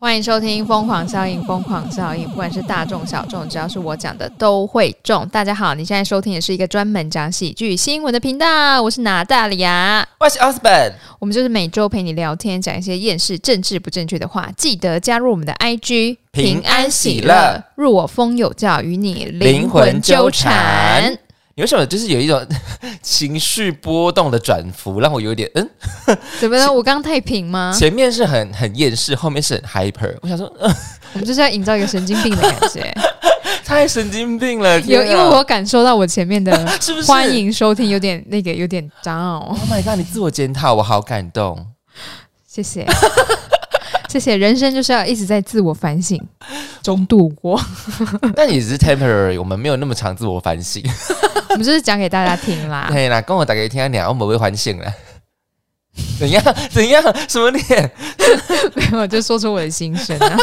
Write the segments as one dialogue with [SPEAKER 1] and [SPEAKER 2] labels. [SPEAKER 1] 欢迎收听《疯狂效应》，疯狂效应，不管是大众小众，只要是我讲的都会中。大家好，你现在收听的是一个专门讲喜剧新闻的频道，我是哪大里亚，
[SPEAKER 2] 我是 Osborn，
[SPEAKER 1] 我们就是每周陪你聊天，讲一些厌世、政治不正确的话。记得加入我们的 IG，
[SPEAKER 2] 平安喜乐，
[SPEAKER 1] 入我风有教，与你
[SPEAKER 2] 灵魂纠缠
[SPEAKER 1] 灵魂纠。
[SPEAKER 2] 你为什么就是有一种 情绪波动的转幅，让我有点嗯，
[SPEAKER 1] 怎么了？我刚刚太平吗？
[SPEAKER 2] 前面是很很厌世，后面是很 hyper，我想说、呃、
[SPEAKER 1] 我们就是要营造一个神经病的感 觉。
[SPEAKER 2] 太神经病 了，
[SPEAKER 1] 有，
[SPEAKER 2] 天啊
[SPEAKER 1] 因为我感受到我前面的
[SPEAKER 2] 是不是
[SPEAKER 1] 欢迎收听有点那个有点脏哦，
[SPEAKER 2] ？Oh my god！你自我检讨，我好感动。
[SPEAKER 1] 谢谢，谢谢。人生就是要一直在自我反省中度过，嗯
[SPEAKER 2] 但也只是 temporary，我们没有那么常自我反省。
[SPEAKER 1] 我们就是讲给大家听啦。
[SPEAKER 2] 对啦，跟我打给听下，我们会反省了。怎样？怎样？什么 脸？
[SPEAKER 1] 没有，就说出我的心声啊，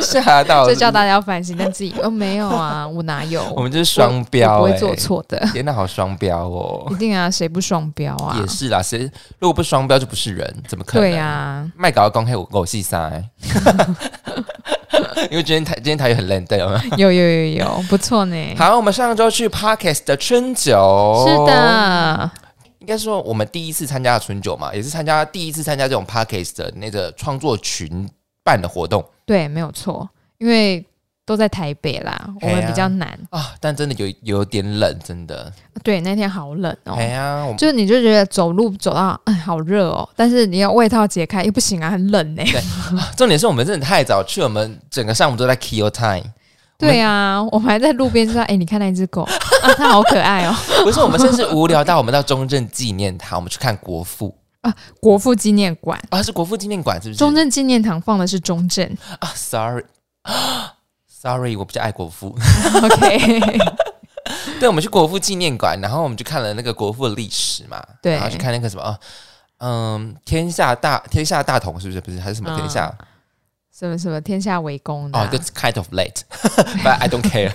[SPEAKER 2] 吓到！
[SPEAKER 1] 就叫大家要反省，但自己哦没有啊，我哪有？
[SPEAKER 2] 我们就是双
[SPEAKER 1] 我
[SPEAKER 2] 标、
[SPEAKER 1] 不
[SPEAKER 2] 欸，
[SPEAKER 1] 会做错的，
[SPEAKER 2] 天哪，好双标哦！
[SPEAKER 1] 一定啊，谁不双标啊？
[SPEAKER 2] 也是啦，谁如果不双标就不是人，怎么可能？
[SPEAKER 1] 对呀、
[SPEAKER 2] 麦搞公开我我细塞， 因为今天台今天台语很冷，对吗？
[SPEAKER 1] 有有有有，不错呢。
[SPEAKER 2] 好，我们上周去 Parkes 的春酒，
[SPEAKER 1] 是，的，
[SPEAKER 2] 应该说我们第一次参加的春酒嘛，也是参加第一次参加这种 Parkes 的那个创作群办的活动
[SPEAKER 1] 对，没有错，因为都在台北啦，我
[SPEAKER 2] 哎呀
[SPEAKER 1] 们比较难。
[SPEAKER 2] 啊，但真的有有点冷，真的。
[SPEAKER 1] 对，那天好冷哦。
[SPEAKER 2] 哎呀，我们
[SPEAKER 1] 就是你就觉得走路走到哎好热哦，但是你要外套解开又不行啊，很冷 呢、
[SPEAKER 2] 重点是我们真的太早去，我们整个上午都在 kill time。
[SPEAKER 1] 对啊，我们还在路边说，哎、你看那只 狗啊，它好可爱哦。
[SPEAKER 2] 不是，我们甚至无聊到我们到中正纪念堂，我们去看国父
[SPEAKER 1] 国父纪念馆、
[SPEAKER 2] 啊，是国父纪念馆是不是？
[SPEAKER 1] 中正纪念堂放的是中 正
[SPEAKER 2] 啊，sorry ，sorry，我比较爱国父。
[SPEAKER 1] ，OK，
[SPEAKER 2] 对，我们去国父纪念馆，然后我们就看了那个国父的历史嘛，
[SPEAKER 1] 对
[SPEAKER 2] 然后去看那个什么，呃嗯，天下大天下大同是不是？不是还是什么
[SPEAKER 1] 嗯
[SPEAKER 2] 天下？
[SPEAKER 1] 什么什么天下为公的啊、
[SPEAKER 2] 哦，就是 kind of late，but I don't care，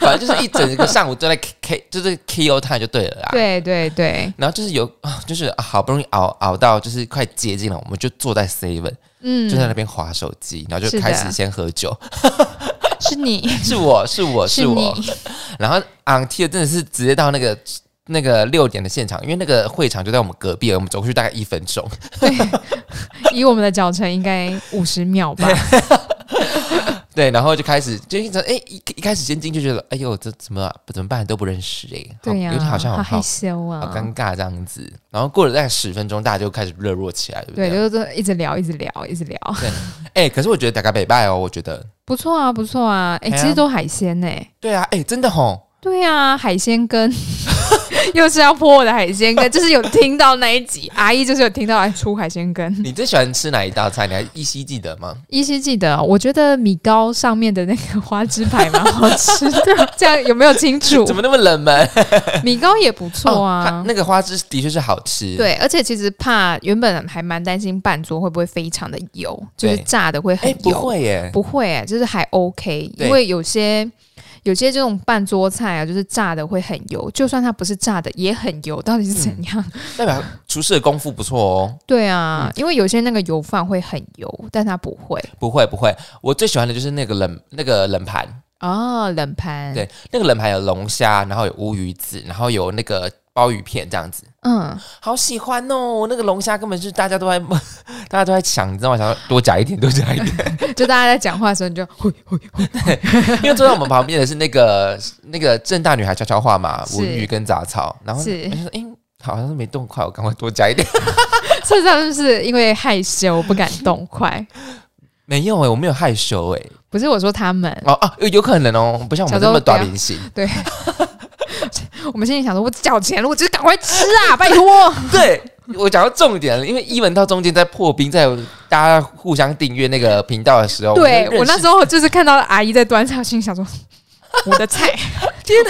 [SPEAKER 2] 反正 就是一整个上午都在 k 就是 kill time 就对了啦。。
[SPEAKER 1] 对对对，
[SPEAKER 2] 然后就是有啊，就是啊好不容易熬熬到就是快接近了，我们就坐在 seven，、
[SPEAKER 1] 嗯
[SPEAKER 2] 就，在那边划手机，然后
[SPEAKER 1] 是
[SPEAKER 2] 就
[SPEAKER 1] 的
[SPEAKER 2] 开始先喝酒。
[SPEAKER 1] 是你，
[SPEAKER 2] 是我是我是我，
[SPEAKER 1] 你，
[SPEAKER 2] 然后 Auntie 真的是直接到那个那个六点的现场，因为那个会场就在我们隔壁，我们走过去大概一分钟。
[SPEAKER 1] 以我们的脚程应该五十秒吧，
[SPEAKER 2] 对，然后就开始就一直哎一一开始先进去就觉得哎呦这怎么啊怎么办都不认识哎、好
[SPEAKER 1] 对呀、啊
[SPEAKER 2] 有点好像
[SPEAKER 1] 好
[SPEAKER 2] 很
[SPEAKER 1] 害
[SPEAKER 2] 好
[SPEAKER 1] 羞
[SPEAKER 2] 好
[SPEAKER 1] 啊，
[SPEAKER 2] 尴尬这样子。然后过了大概十分钟，大家就开始热络起来，对不啊
[SPEAKER 1] 对，
[SPEAKER 2] 对？
[SPEAKER 1] 就是一直聊，一直聊，一直聊，
[SPEAKER 2] 哎、可是我觉得大概北拜哦，我觉得
[SPEAKER 1] 不错啊，不错啊，哎、
[SPEAKER 2] 哎呀
[SPEAKER 1] 其实都海鲜呢、欸
[SPEAKER 2] 对啊，哎、真 的吼，
[SPEAKER 1] 对啊，海鲜羹 又是要泼我的海鲜羹，就是有听到那一 集，阿姨就是有听到来出海鲜羹。
[SPEAKER 2] 你最喜欢吃哪一道菜？你还依稀记得吗？
[SPEAKER 1] 依稀记得，我觉得米糕上面的那个花枝排蛮好吃 的，这样有没有清 楚？
[SPEAKER 2] 怎么那么冷门？
[SPEAKER 1] 米糕也不错
[SPEAKER 2] 哦 它
[SPEAKER 1] 啊。
[SPEAKER 2] 那个花枝的确是好吃，
[SPEAKER 1] 对，而且其实怕原本还蛮担心半桌会不会非常的油，就是
[SPEAKER 2] 对
[SPEAKER 1] 炸的会很
[SPEAKER 2] 哎、
[SPEAKER 1] 油，
[SPEAKER 2] 不会耶，
[SPEAKER 1] 不会、欸，就是还 OK，
[SPEAKER 2] 对
[SPEAKER 1] 因为有些有些这种半桌菜啊，就是炸的会很油，就算它不是炸的也很油，到底是怎样？
[SPEAKER 2] 代表厨师的功夫不错哦。
[SPEAKER 1] 对啊，因为有些那个油饭会很油，但它不会
[SPEAKER 2] 不会不会，我最喜欢的就是那个冷那个冷盘，
[SPEAKER 1] 哦，冷盘，
[SPEAKER 2] 对，那个冷盘有龙虾，然后有乌鱼子，然后有那个鲍鱼片这样子，
[SPEAKER 1] 嗯，
[SPEAKER 2] 好喜欢哦。那个龙虾根本是大家都在 大家都在抢，你知道吗？想说多夹一点，多夹 一点。
[SPEAKER 1] 就大家在讲话的时候，你就 会会会，
[SPEAKER 2] 因为坐在我们旁边的是那个那个正大女孩悄悄话嘛，
[SPEAKER 1] 是
[SPEAKER 2] 文鱼跟杂草，然后
[SPEAKER 1] 是
[SPEAKER 2] 我就说，哎、好像是没动快，我赶快多夹一点。
[SPEAKER 1] 所以他们是因为害羞不敢动筷，
[SPEAKER 2] 没有哎、我没有害羞哎、
[SPEAKER 1] 不是我说他们，
[SPEAKER 2] 哦啊，有有可能哦，不像我
[SPEAKER 1] 小时
[SPEAKER 2] 们这
[SPEAKER 1] 候
[SPEAKER 2] 么
[SPEAKER 1] 不要
[SPEAKER 2] 短明星。
[SPEAKER 1] 我们心里想说，我缴钱了，我就是赶快吃啊， 拜托，
[SPEAKER 2] 对我讲到重点了，因为一文到中间在破冰，在大家互相订阅那个频道的时候，
[SPEAKER 1] 对我那时
[SPEAKER 2] 候
[SPEAKER 1] 候就是看到阿姨在端菜，我心里想说。 我的 菜，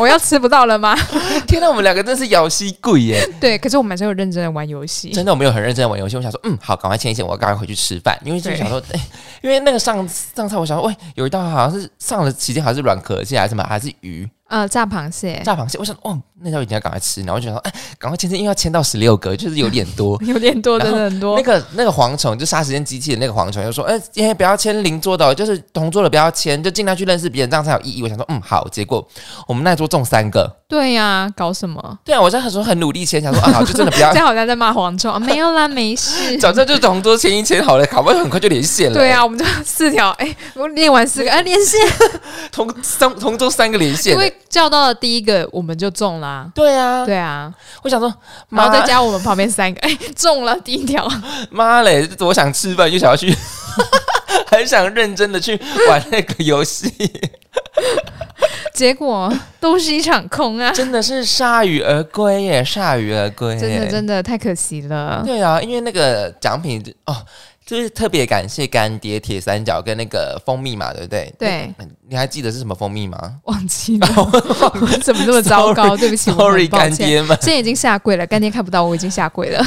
[SPEAKER 1] 我要吃不到了吗？
[SPEAKER 2] 哎天到我们两个真是咬西贵耶！
[SPEAKER 1] 对，可是我们还是有认真的玩游戏。
[SPEAKER 2] 真的，我没有很认真地玩游戏，我想说，嗯，好，赶快牵一牵，我要赶快回去吃饭，因为就
[SPEAKER 1] 对
[SPEAKER 2] 想说， 哎、因为那个上上菜，我想说，喂，有一道好像是上了期间好像是软壳蟹还是什么，还是鱼，
[SPEAKER 1] 呃，炸螃蟹。
[SPEAKER 2] 炸螃蟹，我想哦，那条一定要赶快吃，然后我就想说，哎，赶快签签，因为要签到十六个，就是有点多
[SPEAKER 1] 有点多，
[SPEAKER 2] 然
[SPEAKER 1] 真
[SPEAKER 2] 后
[SPEAKER 1] 的很多
[SPEAKER 2] 那。个那个蝗虫就杀时间机器的那个蝗虫又说，哎、今天不要签邻桌的哦，就是同桌的不要签，就尽量去认识别人，这样才有意义。我想说，嗯，好。结果我们那一桌中三个，
[SPEAKER 1] 对呀、搞什么？
[SPEAKER 2] 对啊，我在想说很努力签，想说 啊，好，就真的不要
[SPEAKER 1] 这，样好像在骂蝗 虫啊，没有啦，没事。
[SPEAKER 2] 早知道就同桌签一签好了，考不好很快就连线了。
[SPEAKER 1] 对啊，我们就四条，哎、我练完四个，哎、连线，
[SPEAKER 2] 同三同桌三个连线
[SPEAKER 1] 因，为叫到了第一个我们就中啦。
[SPEAKER 2] 对啊，
[SPEAKER 1] 对啊，
[SPEAKER 2] 我想说，
[SPEAKER 1] 然
[SPEAKER 2] 妈
[SPEAKER 1] 后再加我们旁边三个， 哎、中了第一条，
[SPEAKER 2] 妈嘞，这多想吃饭，又想要 去，很想认真的去玩那个游戏，
[SPEAKER 1] 结果都是一场空啊！
[SPEAKER 2] 真的是铩羽而归耶，铩羽而归耶，
[SPEAKER 1] 真的真的太可惜了。
[SPEAKER 2] 对啊，因为那个奖品哦，就是特别感谢干爹铁三角跟那个蜂蜜嘛，对不对？
[SPEAKER 1] 对，
[SPEAKER 2] 那，你还记得是什么蜂蜜吗？
[SPEAKER 1] 忘记 了，我怎么这么糟糕？对不起我
[SPEAKER 2] Sorry，
[SPEAKER 1] 很抱
[SPEAKER 2] 干
[SPEAKER 1] 歉。
[SPEAKER 2] 爹们，
[SPEAKER 1] 现在已经下跪了，干爹看不到我，已经下跪了，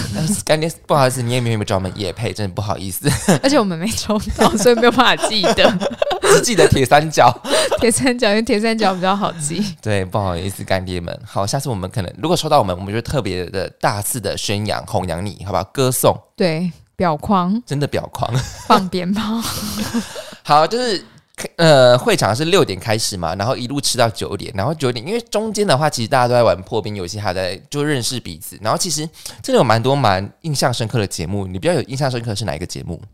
[SPEAKER 2] 干爹，不好意思，你也没有找我们夜配，真的不好意思，
[SPEAKER 1] 而且我们没抽到，所以没有办法记得
[SPEAKER 2] 只记得铁三角。
[SPEAKER 1] 铁三角，因为铁三角比较好记。
[SPEAKER 2] 对，不好意思，干爹们。好，下次我们可能如果收到我们，我们就特别的大肆的宣扬、弘扬你，好不好？歌颂，
[SPEAKER 1] 对，表框
[SPEAKER 2] 真的表狂。
[SPEAKER 1] 放鞭炮，
[SPEAKER 2] 好，就是呃，会场是六点开始嘛，然后一路吃到九点，然后九点，因为中间的话，其实大家都在玩破冰游戏，还在就认识彼此。然后其实真的有蛮多蛮印象深刻的节目，你比较有印象深刻是哪一个节目？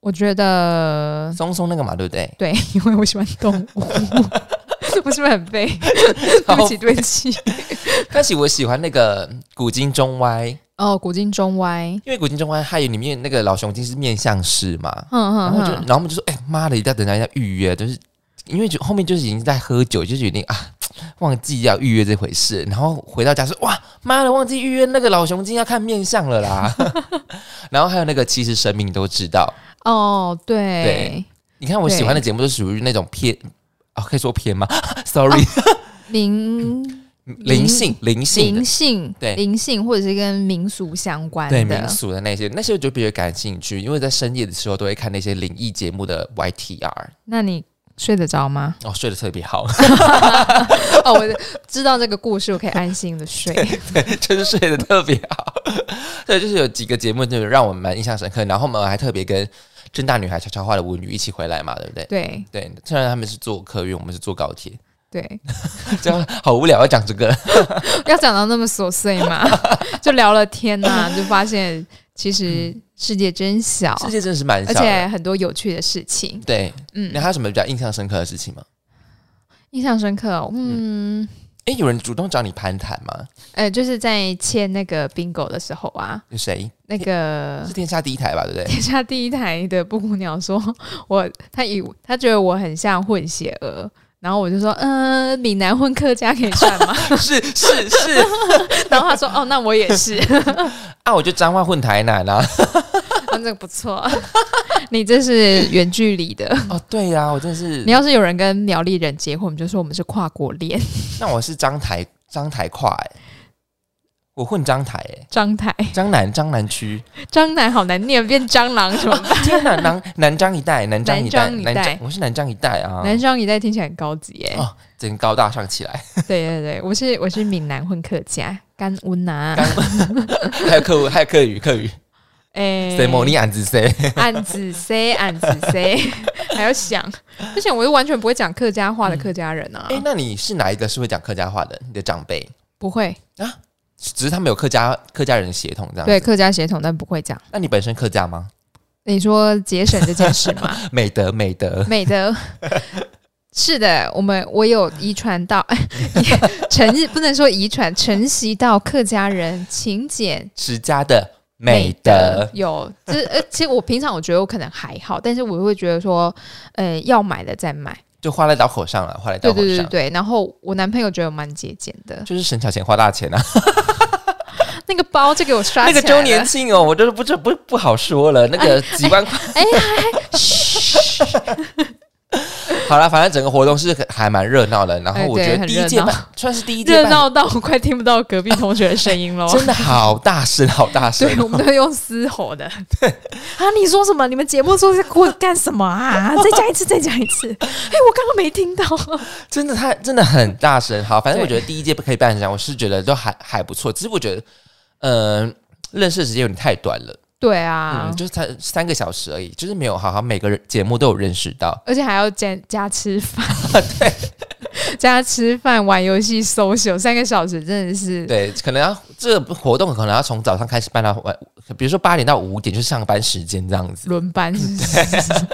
[SPEAKER 1] 我觉得
[SPEAKER 2] 松松那个嘛，对不对？
[SPEAKER 1] 对， 因为我喜欢动 物。我是不是很背？对不起，对不起。
[SPEAKER 2] 但是我喜欢那个古今中歪，
[SPEAKER 1] 哦，古今中歪，
[SPEAKER 2] 因为古今中歪还有里面那个老雄精是面相师嘛，
[SPEAKER 1] 哼
[SPEAKER 2] 然
[SPEAKER 1] 哼
[SPEAKER 2] 后就，
[SPEAKER 1] 哼，
[SPEAKER 2] 然后我们就说，哎、妈的，一定要等到要预约，就是因为就后面就是已经在喝酒，就决定啊，忘记要预约这回事。然后回到家说，哇，妈的，忘记预约那个老雄精要看面相了 啦。然后还有那个，其实神明都知道。
[SPEAKER 1] 哦，对
[SPEAKER 2] 对，你看我喜欢的节目都属于那种偏，啊，可以说偏吗 ？Sorry，
[SPEAKER 1] 灵
[SPEAKER 2] 灵、性哦灵性的
[SPEAKER 1] 灵性，
[SPEAKER 2] 对
[SPEAKER 1] 灵性或者是跟民俗相关
[SPEAKER 2] 对民
[SPEAKER 1] 的，
[SPEAKER 2] 俗的那些，那些我就比较感兴趣，因为在深夜的时候都会看那些灵异节目的 YTR，
[SPEAKER 1] 那你睡得着吗？
[SPEAKER 2] 哦，睡得特别好。
[SPEAKER 1] 哦，我知道这个故事，我可以安心的睡。
[SPEAKER 2] 就是睡得特别好。 对，就是有几个节目就是让我们蛮印象深刻，然后我们还特别跟正大女孩悄悄话的舞女一起回来嘛，对不对？
[SPEAKER 1] 对
[SPEAKER 2] 对，虽然他们是坐客运，我们是坐高铁，
[SPEAKER 1] 对，
[SPEAKER 2] 这样好无聊，要讲这个。
[SPEAKER 1] 要讲到那么琐碎嘛， 就聊了天呐、就发现其实世界真小，
[SPEAKER 2] 世界真的是蛮
[SPEAKER 1] 而
[SPEAKER 2] 小的。
[SPEAKER 1] 且很多有趣的事情。
[SPEAKER 2] 对，
[SPEAKER 1] 嗯
[SPEAKER 2] 那，还有什么比较印象深刻的事情吗？
[SPEAKER 1] 印象深刻、哦。嗯，
[SPEAKER 2] 诶，有人主动找你攀谈吗？
[SPEAKER 1] 呃，就是在签那个 bingo 的时候啊，
[SPEAKER 2] 有谁？
[SPEAKER 1] 那个
[SPEAKER 2] 是天下第一台吧，对不 对？
[SPEAKER 1] 天下第一台的布谷鸟说，我他以他觉得我很像混血儿，然后我就说，嗯、闽南混客家可以算吗？
[SPEAKER 2] 是是是
[SPEAKER 1] 然后他说，哦，那我也是，
[SPEAKER 2] 啊！我就彰化混台南啊！
[SPEAKER 1] 嗯，这个不错， 你这是远距离的。
[SPEAKER 2] 哦，对呀、我真的是
[SPEAKER 1] 你。要是有人跟苗栗人结婚，我们就说我们是跨国恋，
[SPEAKER 2] 那我是彰台彰台跨哎、我混彰台哎、
[SPEAKER 1] 张台
[SPEAKER 2] 彰南彰南区。
[SPEAKER 1] 张南好难念，变蟑螂什么？
[SPEAKER 2] 天哪，南南张一带，南张一带，
[SPEAKER 1] 南张一带
[SPEAKER 2] 南张，我是南张一带啊，
[SPEAKER 1] 南商一代听起来很高级耶、
[SPEAKER 2] 哦整个高大上起来。
[SPEAKER 1] 对对对，我是我是闽南混客家干温拿，
[SPEAKER 2] 还有客户，还有客语，客语，
[SPEAKER 1] 哎
[SPEAKER 2] 谁模拟俺子谁？
[SPEAKER 1] 案子 C 案子 C，还要想，而且我又完全不会讲客家话的客家人啊，
[SPEAKER 2] 哎，那你是哪一个是会讲客家话的？你的长辈？
[SPEAKER 1] 不会
[SPEAKER 2] 只是他们有客家客家人的血统这样。
[SPEAKER 1] 对，客家血统，但不会讲。
[SPEAKER 2] 那你本身客家吗？
[SPEAKER 1] 你说节省这件事 吗？
[SPEAKER 2] 美德，美德，
[SPEAKER 1] 美德。是的，我们我有遗传到， 承不能说遗传，承袭到客家人勤俭
[SPEAKER 2] 持家的美德。
[SPEAKER 1] 有，这呃，其实我平常我觉得我可能还好，但是我会觉得说，呃，要买的再买，
[SPEAKER 2] 就花在刀口上了，花在
[SPEAKER 1] 对
[SPEAKER 2] 刀口
[SPEAKER 1] 对对
[SPEAKER 2] 上，
[SPEAKER 1] 对。然后我男朋友觉得我蛮节俭的，
[SPEAKER 2] 就是省小钱花大钱啊。
[SPEAKER 1] 那个包就给我刷
[SPEAKER 2] 那
[SPEAKER 1] 起来
[SPEAKER 2] 个
[SPEAKER 1] 了，
[SPEAKER 2] 周年庆哦，我就是不这不不
[SPEAKER 1] 哎
[SPEAKER 2] 好说了，那个几万块。
[SPEAKER 1] 哎，嘘
[SPEAKER 2] 好了，反正整个活动是还蛮热闹的。然后
[SPEAKER 1] 哎
[SPEAKER 2] 我
[SPEAKER 1] 对
[SPEAKER 2] 觉得
[SPEAKER 1] 很
[SPEAKER 2] 第一
[SPEAKER 1] 热
[SPEAKER 2] 届
[SPEAKER 1] 闹
[SPEAKER 2] 办算是第一届
[SPEAKER 1] 热
[SPEAKER 2] 办，
[SPEAKER 1] 闹到我快听不到隔壁同学的声音 喽。
[SPEAKER 2] 真的哦好大声，好大声
[SPEAKER 1] 对，。我们都用嘶吼的。 啊，你说什么？你们节目说是过干什么啊？再讲一次，再讲一 次。哎、我刚刚没听到。
[SPEAKER 2] 真的太真的很大声。好，反正我
[SPEAKER 1] 对
[SPEAKER 2] 觉得第一届不可以办成这样，我是觉得都还还不错。只是我觉得，嗯、认识的时间有点太短了，
[SPEAKER 1] 对啊，
[SPEAKER 2] 嗯，就是才三个小时而已，就是没有好好每个人节目都有认识到。
[SPEAKER 1] 而且还要加加吃 饭。对，加吃饭、玩游戏、social 三个小时，真的是
[SPEAKER 2] 对，可能要这个活动可能要从早上开始办到晚，比如说八点到五点，就是上班时间这样 子，
[SPEAKER 1] 轮班，是不是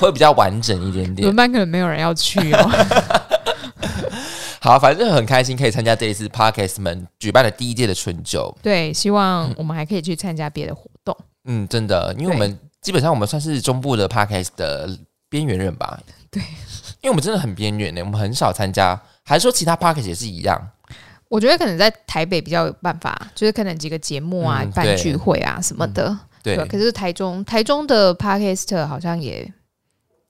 [SPEAKER 2] 会比较完整一点 点
[SPEAKER 1] 轮。班可能没有人要去 哦。
[SPEAKER 2] 好，反正很开心可以参加这一次 Podcast 们举办的第一届的春酒。
[SPEAKER 1] 对，希望我们还可以去参加别的活动。
[SPEAKER 2] 嗯，真的，因为我们基本上我们算是中部的 podcast 的边缘人吧。
[SPEAKER 1] 对，
[SPEAKER 2] 因为我们真的很边缘呢，我们很少参加，还是说其他 podcast 也是一样？
[SPEAKER 1] 我觉得可能在台北比较有办法，就是可能几个节目啊、
[SPEAKER 2] 嗯
[SPEAKER 1] 办
[SPEAKER 2] 对
[SPEAKER 1] 聚会啊什么的。
[SPEAKER 2] 对
[SPEAKER 1] 可是台中台中的 podcast 好像也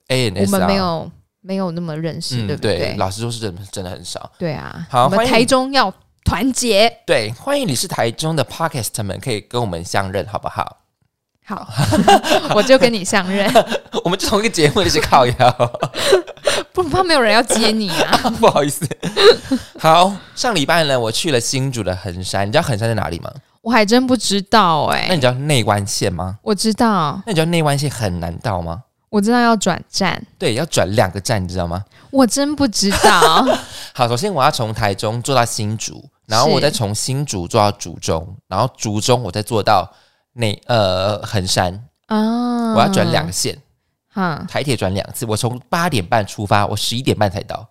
[SPEAKER 2] ，A N
[SPEAKER 1] 我
[SPEAKER 2] S
[SPEAKER 1] 们
[SPEAKER 2] 啊，
[SPEAKER 1] 没有没有那么认识，
[SPEAKER 2] 嗯，
[SPEAKER 1] 对不对？
[SPEAKER 2] 老实说是真的真的很少。
[SPEAKER 1] 对啊，
[SPEAKER 2] 好
[SPEAKER 1] 我们
[SPEAKER 2] 欢迎
[SPEAKER 1] 台中要团结。
[SPEAKER 2] 对，欢迎你是台中的 podcast 们，可以跟我们相认，好不好？
[SPEAKER 1] 好， 我就跟你相认，
[SPEAKER 2] 我们就同一个节目一起靠腰，
[SPEAKER 1] 不怕没有人要接你啊。
[SPEAKER 2] 不好意思。 好，上礼拜呢，我去了新竹的横山，你知道横山在哪里吗？
[SPEAKER 1] 我还真不知道哎、
[SPEAKER 2] 那你知道内湾线吗？
[SPEAKER 1] 我知道，
[SPEAKER 2] 那你知道内湾线很难到吗？
[SPEAKER 1] 我知道要转站，
[SPEAKER 2] 对，要转两个站，你知道吗？
[SPEAKER 1] 我真不知道。
[SPEAKER 2] 好，首先我要从台中坐到新竹，然后
[SPEAKER 1] 是
[SPEAKER 2] 我再从新竹坐到竹中，然后竹中我再坐到那呃横山，
[SPEAKER 1] 啊！
[SPEAKER 2] 我要转两个线，
[SPEAKER 1] 哈，
[SPEAKER 2] 台铁转两次。我从八点半出发，我十一点半才到，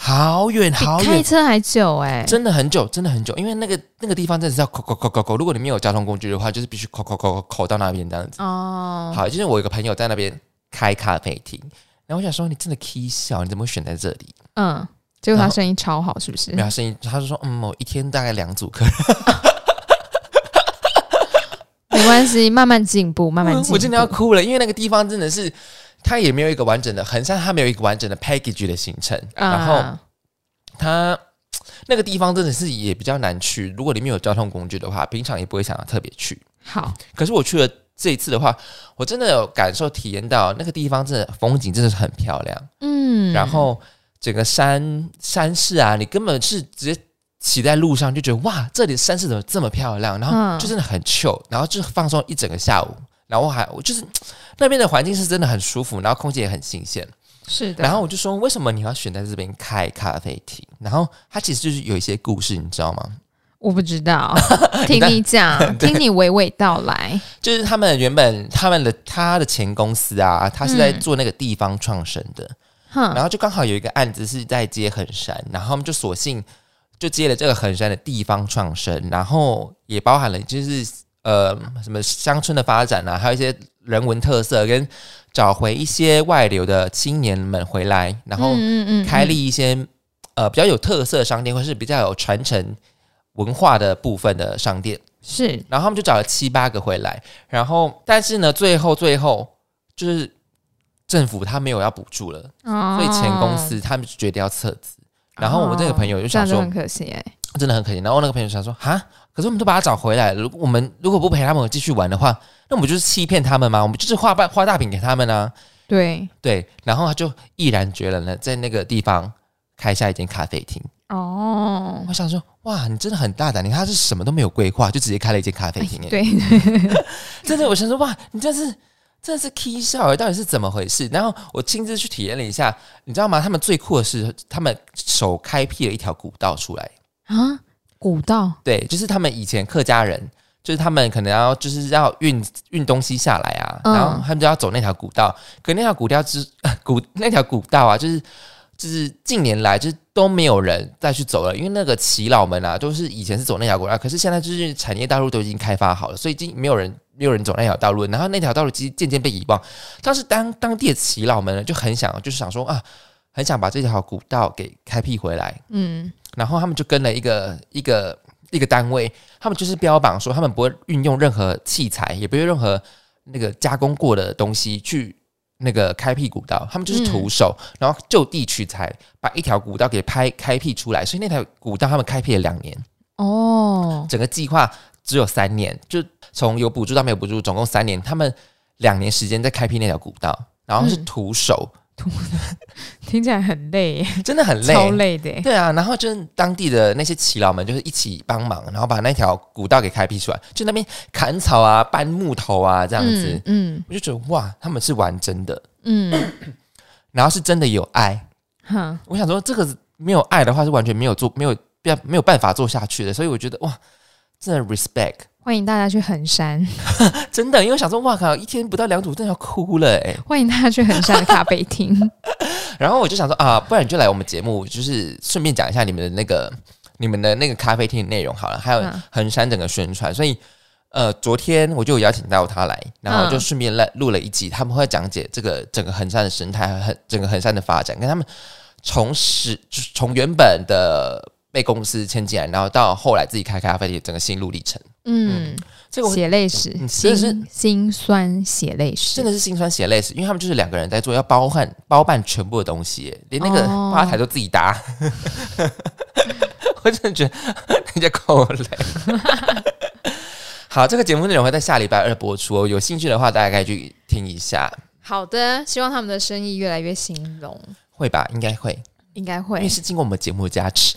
[SPEAKER 2] 好远
[SPEAKER 1] 比
[SPEAKER 2] 好
[SPEAKER 1] 开
[SPEAKER 2] 远，
[SPEAKER 1] 车还久哎、
[SPEAKER 2] 真的很久，真的很久。因为那个那个地方真的是要扣扣扣扣扣，如果你没有交通工具的话，就是必须扣扣扣扣扣到那边这样子。
[SPEAKER 1] 哦，
[SPEAKER 2] 好，就是我有个朋友在那边开咖啡厅，然后我想说你真的 k 笑，你怎么会选在这里？
[SPEAKER 1] 嗯，结果他
[SPEAKER 2] 然后
[SPEAKER 1] 生意超好，是不是
[SPEAKER 2] 没有？他声音，他就说嗯，我一天大概两组客人
[SPEAKER 1] 没关系，慢慢进步，慢慢进步。啊
[SPEAKER 2] 我真的要哭了，因为那个地方真的是，它也没有一个完整的，很像它没有一个完整的 package 的行程，
[SPEAKER 1] 啊
[SPEAKER 2] 然后它。那个地方真的是也比较难去，如果你没有交通工具的话，平常也不会想要特别去。
[SPEAKER 1] 好，
[SPEAKER 2] 可是我去了这一次的话，我真的有感受体验到那个地方真的风景真的是很漂亮，
[SPEAKER 1] 嗯，
[SPEAKER 2] 然后整个山山势啊，你根本是直接骑在路上就觉得哇，这里的山势怎么这么漂亮？然后
[SPEAKER 1] 嗯
[SPEAKER 2] 就真的很 chill，然后就放松一整个下午。然后还我就是那边的环境是真的很舒服，然后空气也很新鲜。
[SPEAKER 1] 是的，
[SPEAKER 2] 然后我就说，为什么你要选在这边开咖啡厅？然后它其实就是有一些故事，你知道吗？
[SPEAKER 1] 我不知 道，听你讲，听你娓娓道来。
[SPEAKER 2] 就是他们原本他们的他的前公司啊，他是在
[SPEAKER 1] 嗯
[SPEAKER 2] 做那个地方创生的，
[SPEAKER 1] 哼，
[SPEAKER 2] 然后就刚好有一个案子是在接衡山，然后他们就索性就接了这个衡山的地方创生，然后也包含了就是呃什么乡村的发展啊，还有一些人文特色跟找回一些外流的青年们回来，然后
[SPEAKER 1] 嗯
[SPEAKER 2] 开立一些、呃比较有特色的商店，或是比较有传承文化的部分的商店。
[SPEAKER 1] 是
[SPEAKER 2] 然后他们就找了七八个回来，然后但是呢，最后最后就是政府他没有要补助了。
[SPEAKER 1] 哦
[SPEAKER 2] 所以前公司他们就决定要撤资。然后我这个朋友就想
[SPEAKER 1] 这样
[SPEAKER 2] 说
[SPEAKER 1] 很，可惜哎，
[SPEAKER 2] 真的很可惜。然后那个朋友想说，哈，可是我们都把他找回来了，如果我们如果不陪他们继续玩的话，那我们就是欺骗他们嘛，我们就是画大画大饼给他们啊。
[SPEAKER 1] 对，
[SPEAKER 2] 对，然后他就毅然决然的在那个地方开下一间咖啡厅。
[SPEAKER 1] 哦，
[SPEAKER 2] 我想说，哇，你真的很大胆，你看他是什么都没有规划，就直接开了一间咖啡厅、欸。
[SPEAKER 1] 对，
[SPEAKER 2] 真的，我想说，哇，你这是真的是 K 笑、欸，到底是怎么回事？然后我亲自去体验了一下，你知道吗？他们最酷的是，他们首开辟了一条古道出来。
[SPEAKER 1] 啊，古道，
[SPEAKER 2] 对，就是他们以前客家人，就是他们可能要就是要运运东西下来啊，
[SPEAKER 1] 嗯
[SPEAKER 2] 然后他们就要走那条古道。可那条古道之 古那条古道啊，就是就是近年来就是都没有人再去走了，因为那个耆老们啊，都是以前是走那条古道，可是现在就是产业道路都已经开发好了，所以已经没有人。没有人走那条道路，然后那条道路其实渐渐被遗忘。但是当当地的耆老们呢，就很想，就是想说啊，很想把这条古道给开辟回来。
[SPEAKER 1] 嗯，
[SPEAKER 2] 然后他们就跟了一个一个一个单位，他们就是标榜说他们不会运用任何器材，也不会用任何那个加工过的东西去那个开辟古道，他们就是徒手，然后就地取材，把一条古道给拍开辟出来。所以那条古道他们开辟了两年，
[SPEAKER 1] 哦，
[SPEAKER 2] 整个计划只有三年，就从有补助到没有补助，总共三年，他们两年时间在开辟那条古道，然后是
[SPEAKER 1] 嗯
[SPEAKER 2] 徒手，
[SPEAKER 1] 听起来很累耶，
[SPEAKER 2] 真的很累，
[SPEAKER 1] 超累的耶。
[SPEAKER 2] 对啊，然后就是当地的那些耆老们就是一起帮忙，然后把那条古道给开辟出来，就那边砍草啊、搬木头啊这
[SPEAKER 1] 这
[SPEAKER 2] 样子，
[SPEAKER 1] 嗯
[SPEAKER 2] 我就觉得哇，他们是玩真的，
[SPEAKER 1] 嗯，嗯
[SPEAKER 2] 然后是真的有爱。
[SPEAKER 1] 哈，
[SPEAKER 2] 我想说，这个没有爱的话是完全没有做、没有不要没有办法做下去的，所以我觉得哇，真的 respect，
[SPEAKER 1] 欢迎大家去衡山，
[SPEAKER 2] 真的，因为我想说哇靠，一天不到两组真的要哭了哎、
[SPEAKER 1] 欢迎大家去衡山的咖啡厅。
[SPEAKER 2] 然后我就想说啊，不然你就来我们节目，就是顺便讲一下你们的那个、你们的那个咖啡厅的内容好了，还有
[SPEAKER 1] 嗯
[SPEAKER 2] 衡山整个宣传。所以，呃，昨天我就有邀请到他来，然后就顺便来录了一集，他们会讲解这个整个衡山的生态，和整个衡山的发展，跟他们从始就是从原本的被公司签进来，然后到后来自己开咖啡店整个心路历程。
[SPEAKER 1] 嗯，
[SPEAKER 2] 这个我
[SPEAKER 1] 血泪史，
[SPEAKER 2] 嗯真的是
[SPEAKER 1] 心心酸血泪史，
[SPEAKER 2] 真的是心酸血泪史，因为他们就是两个人在做，要包办包办全部的东西耶，连那个
[SPEAKER 1] 哦
[SPEAKER 2] 吧台都自己搭。 我真的觉得 人家够累。 好，这个节目内容会在下礼拜二播出哦，有兴趣的话大家可以去听一下，
[SPEAKER 1] 好的，希望他们的生意越来越兴隆，
[SPEAKER 2] 会吧？应该会，
[SPEAKER 1] 应该
[SPEAKER 2] 因
[SPEAKER 1] 会
[SPEAKER 2] 为是经过我们节目的加持。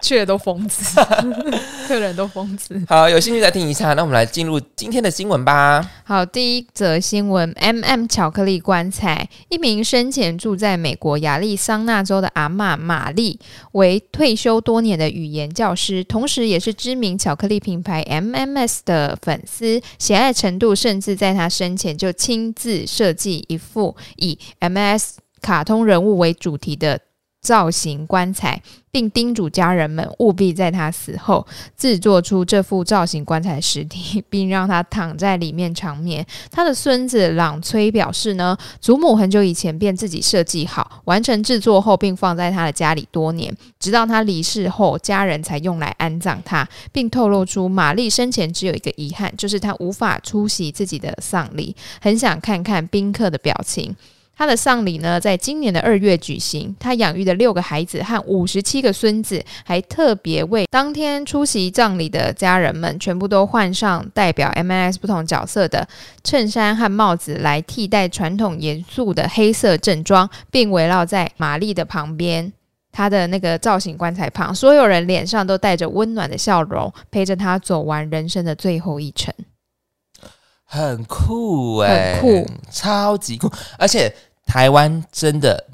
[SPEAKER 1] 去的都疯子， 客人都疯子。
[SPEAKER 2] 好，有兴趣再听一下。那我们来进入今天的新闻吧。
[SPEAKER 1] 好，第一则新闻：M、m 巧克力棺材，一名生前住在美国亚利桑那州的阿嬷玛丽，为退休多年的语言教师，同时也是知名巧克力品牌 MMS 的粉丝，喜爱程度甚至在她生前就亲自设计一副以 MS 卡通人物为主题的。造型棺材，并叮嘱家人们务必在她死后制作出这副造型棺材的尸体， 并让他躺在里面长眠。他的孙子朗崔表示呢，祖母很久以前便自己设计好，完成制作后，并放在他的家里多年，直到他离世后，家人才用来安葬他，并透露出玛丽生前只有一个遗憾，就是她无法出席自己的丧礼，很想看看宾客的表情。他的丧礼呢，在今年的二月举行。他养育的六个孩子和五十七个孙子，还特别为当天出席葬礼的家人们，全部都换上代表 MNS 不同角色的衬衫和帽子，来替代传统严肃的黑色正装，并围绕在玛丽的旁边。她的那个造型棺材旁，所有人脸上都带着温暖的笑容，陪着她走完人生的最后一程。
[SPEAKER 2] 很酷
[SPEAKER 1] 很
[SPEAKER 2] 哎、
[SPEAKER 1] 酷，
[SPEAKER 2] 超级酷！而且台湾真的，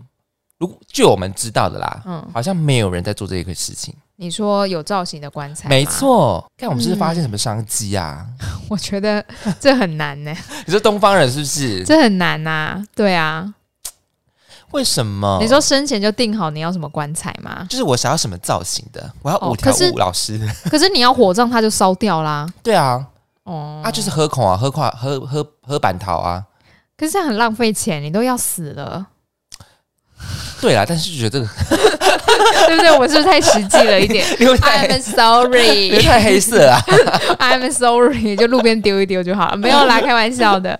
[SPEAKER 2] 如果据我们知道的啦，
[SPEAKER 1] 嗯，
[SPEAKER 2] 好像没有人在做这个事情。
[SPEAKER 1] 你说有造型的棺材，
[SPEAKER 2] 没，错，看我们是不是发现什么商机啊？
[SPEAKER 1] 我觉得这很难呢、
[SPEAKER 2] 你说东方人是不是？
[SPEAKER 1] 嗯这很难呐、对啊，
[SPEAKER 2] 为什么？
[SPEAKER 1] 你说生前就定好你要什么棺材吗？
[SPEAKER 2] 就是我想要什么造型的？我要
[SPEAKER 1] 哦
[SPEAKER 2] 五条
[SPEAKER 1] 可是
[SPEAKER 2] 悟老师。
[SPEAKER 1] 可是你要火葬，它就烧掉啦。
[SPEAKER 2] 对啊，
[SPEAKER 1] 哦，
[SPEAKER 2] 啊就是喝孔啊，喝垮喝喝喝板桃啊。
[SPEAKER 1] 可是这样很浪费钱，你都要死了，
[SPEAKER 2] 对啦，但是就觉得
[SPEAKER 1] 哎
[SPEAKER 2] 这 个
[SPEAKER 1] 对不对？我们是不是太实际了一 点
[SPEAKER 2] 因为
[SPEAKER 1] ？I'm
[SPEAKER 2] 太 因为
[SPEAKER 1] sorry,
[SPEAKER 2] 太黑色啊。
[SPEAKER 1] I'm sorry，就路边丢一丢就好了，没 有啦，开玩笑的。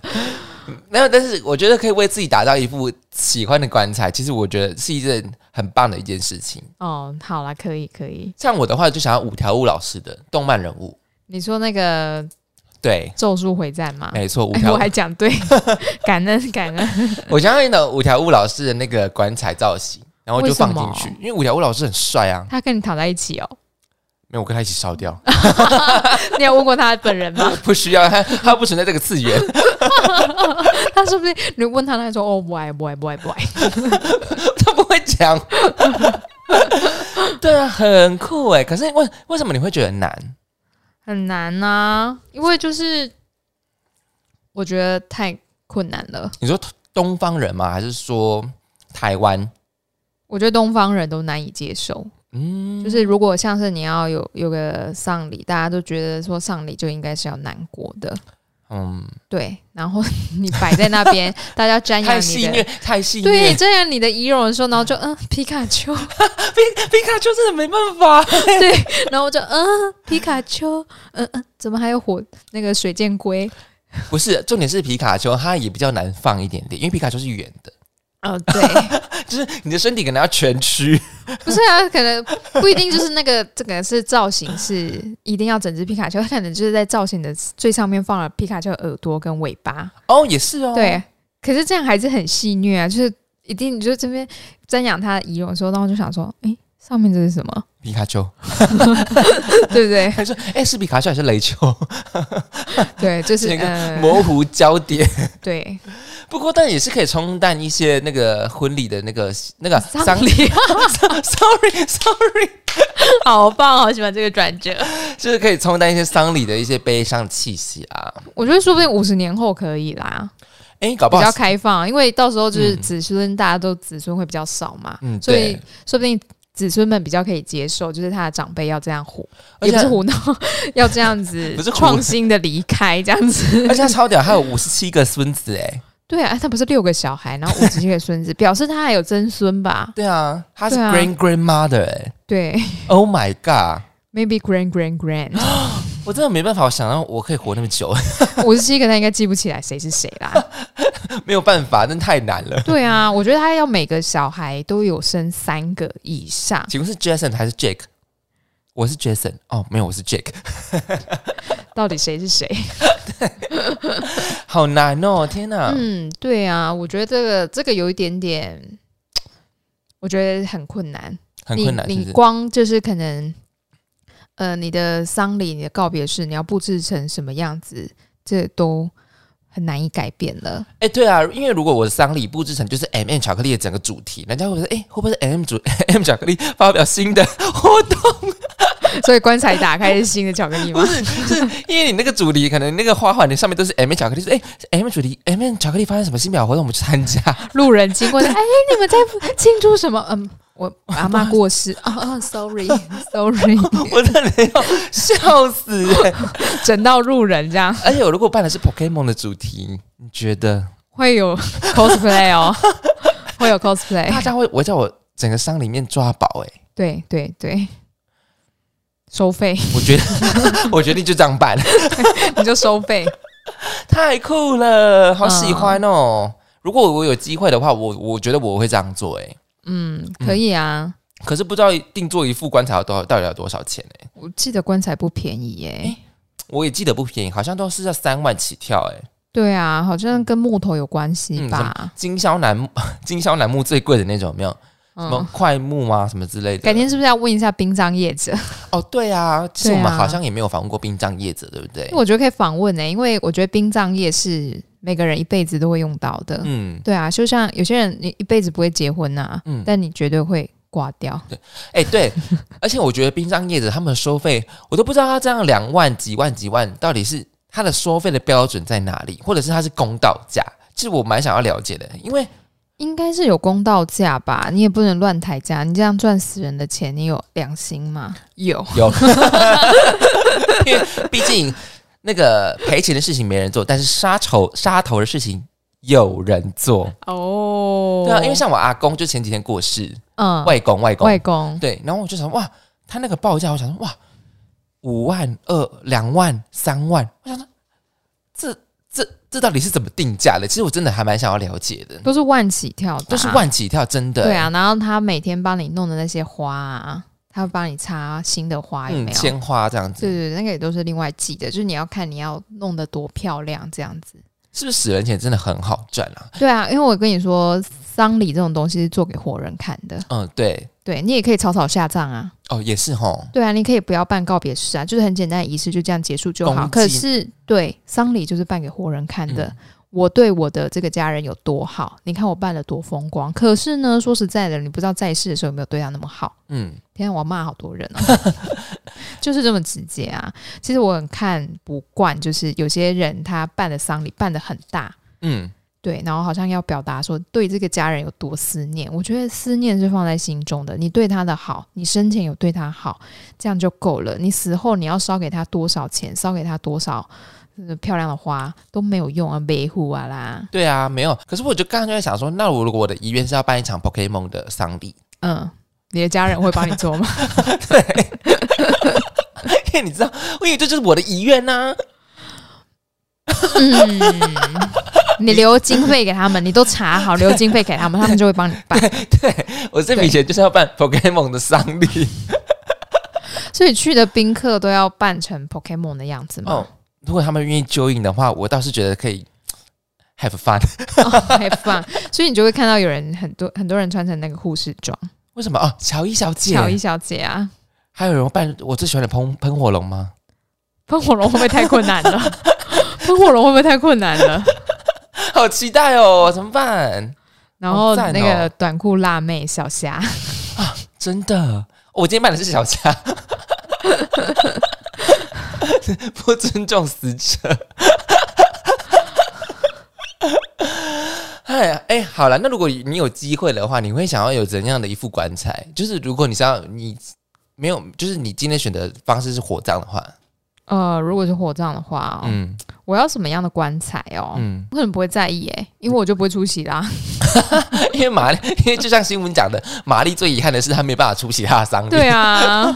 [SPEAKER 2] 没有，但是我觉得可以为自己打造一副喜欢的棺材，其实我觉得是一件很棒的一件事情。
[SPEAKER 1] 哦，好啦，可以可以。
[SPEAKER 2] 像我的话，就想要五条悟老师的动漫人物。
[SPEAKER 1] 你说那个《
[SPEAKER 2] 对，
[SPEAKER 1] 咒术回战》 吗？
[SPEAKER 2] 没错，五
[SPEAKER 1] 哎
[SPEAKER 2] 条
[SPEAKER 1] 我
[SPEAKER 2] 悟。
[SPEAKER 1] 还讲对， 感恩感恩。
[SPEAKER 2] 我相信呢，五条悟老师的那个棺材造型，然后就放进去
[SPEAKER 1] 为什，
[SPEAKER 2] 因为五条悟老师很帅啊。
[SPEAKER 1] 他跟你躺在一起哦，
[SPEAKER 2] 没有，我跟他一起烧掉，
[SPEAKER 1] 你有问过他本人吗？
[SPEAKER 2] 不需要他，他不存在这个次元。
[SPEAKER 1] 他说不定你问他，他说哦，不爱不爱不爱不爱。
[SPEAKER 2] 他不会讲。 对啊，很酷哎。可是为为什么你会觉得难？
[SPEAKER 1] 很难呐、因为就是我觉得太困难了。
[SPEAKER 2] 你说东方人吗？还是说台湾？
[SPEAKER 1] 我觉得东方人都难以接受，
[SPEAKER 2] 嗯，
[SPEAKER 1] 就是如果像是你要有有个丧礼，大家都觉得说丧礼就应该是要难过的，
[SPEAKER 2] 嗯，
[SPEAKER 1] 对。然后你摆在那边， 大家瞻
[SPEAKER 2] 太
[SPEAKER 1] 仰
[SPEAKER 2] 戏
[SPEAKER 1] 哎你
[SPEAKER 2] 虐，
[SPEAKER 1] 的，
[SPEAKER 2] 太戏
[SPEAKER 1] 对，
[SPEAKER 2] 虐。
[SPEAKER 1] 瞻仰你的仪容的时候，然后就嗯皮卡丘，
[SPEAKER 2] 皮卡丘真的没办法，
[SPEAKER 1] 对，呃然后我就嗯皮卡丘，嗯嗯，怎么还有火那个水箭龟？
[SPEAKER 2] 不是，重点是皮卡丘，它也比较难放一点点，因为皮卡丘是圆的，
[SPEAKER 1] 哦， 对，
[SPEAKER 2] 就是你的身体可能要蜷曲。
[SPEAKER 1] 不是啊，可能不一定就是那个这个是造型是一定要整只皮卡丘，它可能就是在造型的最上面放了皮卡丘的耳朵跟尾巴，
[SPEAKER 2] 哦，也是哦，
[SPEAKER 1] 对，。可是这样还是很戏虐啊，就是一定就这边瞻仰它的仪容的时候，然后就想说，诶，上面这是什么？
[SPEAKER 2] 皮卡丘，
[SPEAKER 1] 对不对？
[SPEAKER 2] 他说：“哎、是皮卡丘还是雷丘？
[SPEAKER 1] 对，就是
[SPEAKER 2] 这个
[SPEAKER 1] 呃，
[SPEAKER 2] 模糊焦 点。
[SPEAKER 1] 对，
[SPEAKER 2] 不过，但也是可以冲淡一些那个婚礼的那个那 个
[SPEAKER 1] 丧
[SPEAKER 2] 礼。
[SPEAKER 1] 礼，
[SPEAKER 2] Sorry，Sorry，
[SPEAKER 1] 好棒，好喜欢这个转折。
[SPEAKER 2] 就是可以冲淡一些丧礼的一些悲伤气息啊。
[SPEAKER 1] 我觉得说不定五十年后可以啦，
[SPEAKER 2] 哎、搞不
[SPEAKER 1] 比
[SPEAKER 2] 好
[SPEAKER 1] 较开放，因为到时候就是
[SPEAKER 2] 嗯
[SPEAKER 1] 子孙，大家都子孙会比较少嘛，
[SPEAKER 2] 嗯
[SPEAKER 1] 所以
[SPEAKER 2] 对
[SPEAKER 1] 说不定子孙们比较可以接受，就是他的长辈要这样胡，
[SPEAKER 2] 而
[SPEAKER 1] 也
[SPEAKER 2] 且
[SPEAKER 1] 不是胡闹，要这样子，
[SPEAKER 2] 不是胡
[SPEAKER 1] 创新的离开这样子。
[SPEAKER 2] 而且他超屌，还有五十七个孙子哎、
[SPEAKER 1] 对啊，他不是六个小孩，然后五十七个孙 子，表示他还有曾孙吧？
[SPEAKER 2] 对啊，他是
[SPEAKER 1] 对啊
[SPEAKER 2] grand grandmother 哎、
[SPEAKER 1] 对
[SPEAKER 2] o h my god！
[SPEAKER 1] ，maybe grand grand grand，
[SPEAKER 2] 我真的没办法，我想到我可以活那么久，
[SPEAKER 1] 五十七个他应该记不起来谁是谁啦。
[SPEAKER 2] 没有办法，真太难了。
[SPEAKER 1] 对啊，我觉得他要每个小孩都有生三个以上，
[SPEAKER 2] 请问是 Jason 还是 Jack？我是 Jason 哦，没有，我是 Jack，
[SPEAKER 1] 到底谁是谁？
[SPEAKER 2] 好难哦，天哪！
[SPEAKER 1] 嗯，对啊，我觉得这个这个有一点点，我觉得很困难。
[SPEAKER 2] 很困难，
[SPEAKER 1] 你
[SPEAKER 2] 是不
[SPEAKER 1] 你
[SPEAKER 2] 是？
[SPEAKER 1] 光就是可能，呃，你的丧礼、你的告别式，你要布置成什么样子，这都很难以改变了。
[SPEAKER 2] 哎、对啊，因为如果我的丧礼布置成就是 M、m 巧克力的整个主题，人家会说，哎、会不会是 M 主 M 巧克力发表新的活动？
[SPEAKER 1] 所以棺材打开是新的巧克 力吗
[SPEAKER 2] 不？是，是因为你那个主题可能那个花环的上面都是 M、m 巧克力，是哎、M 主题 M、m 巧克力发生什么新表活动，我们去参加。
[SPEAKER 1] 路人经过，哎，你们在庆祝什么？嗯，我阿妈过 世
[SPEAKER 2] 哦
[SPEAKER 1] 啊啊，sorry，sorry，
[SPEAKER 2] 我真的要笑 死、欸！
[SPEAKER 1] 整到路人这样。
[SPEAKER 2] 而且我如果办的是 Pokemon 的主题，你觉得
[SPEAKER 1] 会有 cosplay 哦，会有 cosplay，
[SPEAKER 2] 大家会？我叫我整个商里面抓宝哎、
[SPEAKER 1] 对对对， 收费
[SPEAKER 2] 我觉得 我决定就这样办，
[SPEAKER 1] 你就收 费，
[SPEAKER 2] 太酷了，好喜欢哦！如果我有机会的话，我我觉得我会这样做哎、
[SPEAKER 1] 嗯，可以啊。可
[SPEAKER 2] 可是不知道定做一副棺材要多少，到底要多少钱哎、
[SPEAKER 1] 嗯我记得棺材不便宜耶、
[SPEAKER 2] 诶我也记得不便宜，好像都是要三万起跳哎、
[SPEAKER 1] 对啊，好像跟木头有关系
[SPEAKER 2] 嗯
[SPEAKER 1] 吧？
[SPEAKER 2] 金销楠 木，金销楠木最贵的那种有没有？什
[SPEAKER 1] 嗯，
[SPEAKER 2] 么块木啊，什么之类的。
[SPEAKER 1] 改天是不是要问一下殡葬业者？
[SPEAKER 2] 哦，对啊，其实
[SPEAKER 1] 对
[SPEAKER 2] 我
[SPEAKER 1] 啊
[SPEAKER 2] 们好像也没有访问过殡葬业者，对不对
[SPEAKER 1] 因 为？我觉得可以访问呢、欸因为我觉得殡葬业是每个人一辈子都会用到的。
[SPEAKER 2] 嗯，
[SPEAKER 1] 对啊，就像有些人你一辈子不会结婚呐、啊，
[SPEAKER 2] 嗯
[SPEAKER 1] 但你绝对会挂掉。
[SPEAKER 2] 哎、对，而且我觉得殡葬业者他们的收费，我都不知道他这样两万、几万、几万，到底是他的收费的标准在哪里，或者是他是公道价？其实我蛮想要了解的，因为
[SPEAKER 1] 应该是有公道价吧，你也不能乱抬价，你这样赚死人的钱，你有良心吗？有，
[SPEAKER 2] 有，因为毕竟那个赔钱的事情没人做，但是杀头杀头的事情有人做。
[SPEAKER 1] 哦
[SPEAKER 2] 对啊，因为像我阿公就前几天过世，
[SPEAKER 1] 嗯
[SPEAKER 2] 外公外公
[SPEAKER 1] 外公，
[SPEAKER 2] 对，然后我就想哇，他那个报价，我想说哇，五万二、两万、三万，我想说这这这到底是怎么定价的？其实我真的还蛮想要了解的，
[SPEAKER 1] 都是万起跳的啊、
[SPEAKER 2] 都是万起跳，真的。
[SPEAKER 1] 对，啊，然后他每天帮你弄的那些花啊，他会帮你插新的花，有
[SPEAKER 2] 嗯，
[SPEAKER 1] 没有？
[SPEAKER 2] 鲜花这样
[SPEAKER 1] 对
[SPEAKER 2] 子，
[SPEAKER 1] 对，对那个也都是另外记的，就是你要看你要弄得多漂亮这样子。
[SPEAKER 2] 是不是死人钱真的很好赚啊？
[SPEAKER 1] 对啊，因为我跟你说，丧礼这种东西是做给活人看的，
[SPEAKER 2] 嗯，对，
[SPEAKER 1] 对你也可以草草下葬啊。
[SPEAKER 2] 哦，也是吼，
[SPEAKER 1] 对啊，你可以不要办告别式啊，就是很简单的仪式，就这样结束就好。
[SPEAKER 2] 公
[SPEAKER 1] 可
[SPEAKER 2] 祭
[SPEAKER 1] 是，对丧礼就是办给活人看的。
[SPEAKER 2] 嗯
[SPEAKER 1] 我对我的这个家人有多好，你看我办了多风光。可是呢，说实在的，你不知道在世的时候有没有对他那么好。
[SPEAKER 2] 嗯，
[SPEAKER 1] 天啊，我骂好多人哦， 就是这么直接啊。其实我很看不惯，就是有些人他办的丧礼办的很大，
[SPEAKER 2] 嗯，
[SPEAKER 1] 对，然后好像要表达说对这个家人有多思念。我觉得思念是放在心中的，你对他的好，你生前有对他好，这样就够了。你死后你要烧给他多少钱，烧给他多少、呃漂亮的花都没有用啊，维护啊啦，
[SPEAKER 2] 对啊，没有。可是我就刚刚就在想说，那我如果我的遗愿是要办一场 Pokemon 的丧礼，
[SPEAKER 1] 嗯。你的家人会帮你做吗？
[SPEAKER 2] 因为你知道，因为这就是我的遗愿呐、
[SPEAKER 1] 嗯，你留经费给他们，你都查好留经费给他们，他们就会帮你办。
[SPEAKER 2] 我这笔钱就是要办 Pokemon 的丧礼
[SPEAKER 1] 所以去的宾客都要扮成 Pokemon 的样子吗？
[SPEAKER 2] 哦。如果他们愿意 join 的话，我倒是觉得可以 have fun。
[SPEAKER 1] 太棒！所以你就会看到有人很多很多人穿成那个护士装，
[SPEAKER 2] 为什么？哦，乔伊小姐，
[SPEAKER 1] 乔伊小姐啊，
[SPEAKER 2] 还有人扮我最喜欢的喷喷火龙吗？
[SPEAKER 1] 喷火龙会不会太困难 了？喷火龙会不会太困难了？
[SPEAKER 2] 好期待哦，怎么办？
[SPEAKER 1] 然后
[SPEAKER 2] 好赞哦
[SPEAKER 1] 那个短裤辣妹小霞，
[SPEAKER 2] 真的，哦我今天扮的是小虾， 不尊重死者。 哎呀，哎，好了，那如果你有机会的话，你会想要有怎样的一副棺材？就是如果你想要你没有，就是你今天选的方式是火葬的话，
[SPEAKER 1] 呃，如果是火葬的话、哦，
[SPEAKER 2] 嗯
[SPEAKER 1] 我要什么样的棺材哦？
[SPEAKER 2] 嗯，
[SPEAKER 1] 我可能不会在意诶、因为我就不会出席啦。
[SPEAKER 2] 因为玛丽，因为就像新闻讲的，玛丽最遗憾的是她没办法出席她的丧礼。
[SPEAKER 1] 对啊，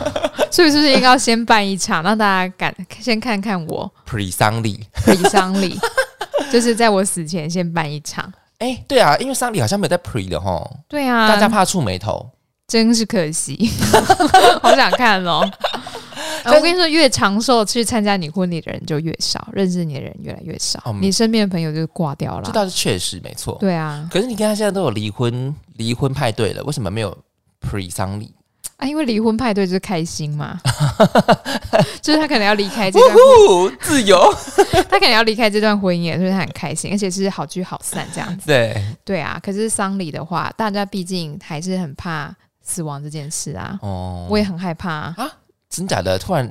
[SPEAKER 1] 所以是不是应该要先办一场，让大家感先看看我
[SPEAKER 2] pre 丧礼，
[SPEAKER 1] 陪丧 礼，就是在我死前先办一场。
[SPEAKER 2] 哎、对啊，因为丧礼好像没有在 pre 的吼，
[SPEAKER 1] 对啊，
[SPEAKER 2] 大家怕触眉头。
[SPEAKER 1] 真是可 惜，好想看哦。啊、我跟你说，越长寿去参加你婚礼的人就越少，认识你的人越来越少，
[SPEAKER 2] 嗯
[SPEAKER 1] 你身边的朋友就挂掉
[SPEAKER 2] 这
[SPEAKER 1] 了。
[SPEAKER 2] 倒是确实没错。
[SPEAKER 1] 对啊，
[SPEAKER 2] 可是你看，他现在都有离婚离婚派对了，为什么没有 pre 丧礼？
[SPEAKER 1] 啊，因为离婚派对就是开心 嘛，就是他可能要离开这段，
[SPEAKER 2] 呜呼，自 由！
[SPEAKER 1] 他可能要离开这段婚姻，所以他很开心，而且是好聚好散这样子。
[SPEAKER 2] 对，
[SPEAKER 1] 对啊，可是丧礼的话，大家毕竟还是很怕死亡这件事啊，
[SPEAKER 2] 哦，
[SPEAKER 1] 我也很害怕、啊，
[SPEAKER 2] 真假的，突然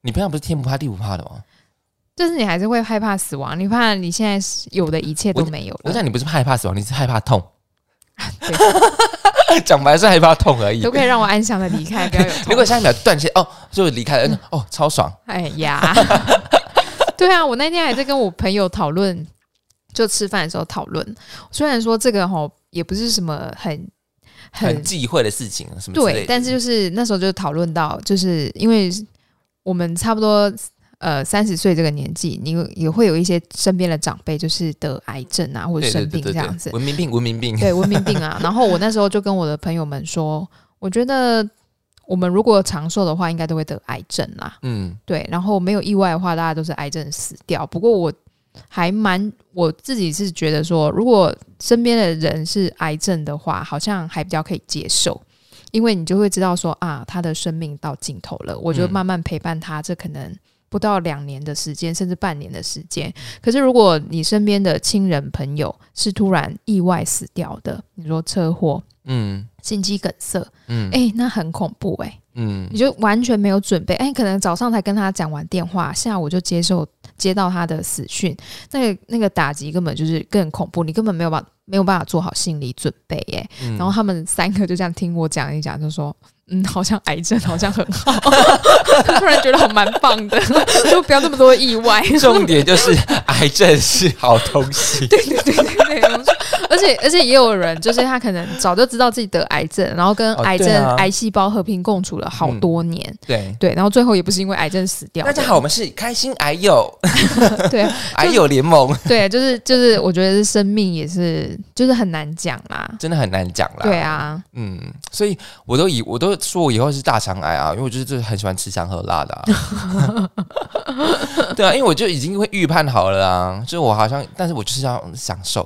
[SPEAKER 2] 你平常不是天不怕地不怕的吗？
[SPEAKER 1] 就是你还是会害怕死亡，你怕你现在有的一切都没有
[SPEAKER 2] 我
[SPEAKER 1] 了。
[SPEAKER 2] 想你不是害怕死亡，你是害怕痛。
[SPEAKER 1] 对，
[SPEAKER 2] 讲白是害怕痛而已
[SPEAKER 1] 都。可以让我安详的离开，不要有
[SPEAKER 2] 如
[SPEAKER 1] 痛。
[SPEAKER 2] 果下一秒断线，哦，就离开了，嗯哦，超爽。
[SPEAKER 1] 哎呀， 对啊，我那天还在跟我朋友讨论，就吃饭的时候讨论，虽然说这个吼也不是什么很
[SPEAKER 2] 很忌讳的事情，什么之类
[SPEAKER 1] 对，
[SPEAKER 2] 的。
[SPEAKER 1] 但是就是那时候就讨论到，就是因为我们差不多呃三十岁这个年纪，你也会有一些身边的长辈就是得癌症啊或者
[SPEAKER 2] 对对
[SPEAKER 1] 生
[SPEAKER 2] 对
[SPEAKER 1] 病
[SPEAKER 2] 对
[SPEAKER 1] 这样
[SPEAKER 2] 对，
[SPEAKER 1] 子，
[SPEAKER 2] 文明病，文明病。
[SPEAKER 1] 对文明病啊。然后我那时候就跟我的朋友们说，我觉得我们如果长寿的话，应该都会得癌症啊啦。
[SPEAKER 2] 嗯，
[SPEAKER 1] 对，然后没有意外的话，大家都是癌症死掉。不过我还蛮我自己是觉得说，如果身边的人是癌症的话，好像还比较可以接受，因为你就会知道说啊，他的生命到尽头了，我就
[SPEAKER 2] 嗯
[SPEAKER 1] 慢慢陪伴他，这可能。不到两年的时间，甚至半年的时间。可是，如果你身边的亲人朋友是突然意外死掉的，你说车祸、
[SPEAKER 2] 嗯
[SPEAKER 1] 心肌梗塞，
[SPEAKER 2] 嗯
[SPEAKER 1] 诶，那很恐怖诶。
[SPEAKER 2] 嗯
[SPEAKER 1] 你就完全没有准备。哎、可能早上才跟他讲完电话，下午就接受接到他的死讯，那个那个打击根本就是更恐怖，你根本没有办没有办法做好心理准备耶。
[SPEAKER 2] 嗯
[SPEAKER 1] 然后他们三个就这样听我讲一讲，就说。嗯，好像癌症好像很好， 突然觉得好蛮棒的， 就不要那么多意外。
[SPEAKER 2] 重点就是 癌症是好东西。
[SPEAKER 1] 对对对对对，我说而且而且也有人，就是他可能早就知道自己得癌症，然后跟
[SPEAKER 2] 哦
[SPEAKER 1] 癌症、
[SPEAKER 2] 对啊
[SPEAKER 1] 癌细胞和平共处了好
[SPEAKER 2] 嗯
[SPEAKER 1] 多年，
[SPEAKER 2] 对，
[SPEAKER 1] 对，然后最后也不是因为癌症死掉的。
[SPEAKER 2] 大家好，我们是开心癌友
[SPEAKER 1] 对
[SPEAKER 2] 癌友联盟，
[SPEAKER 1] 对，就是就是，我觉得是生命也是，就是很难讲啦。
[SPEAKER 2] 真的很难讲啦。
[SPEAKER 1] 对，啊，
[SPEAKER 2] 嗯，所以我都以我都说我以后是大肠癌啊，因为我就是就是很喜欢吃香喝辣的、 啊。对啊，因为我就已经会预判好了啊，就是我好像，但是我就是要享受，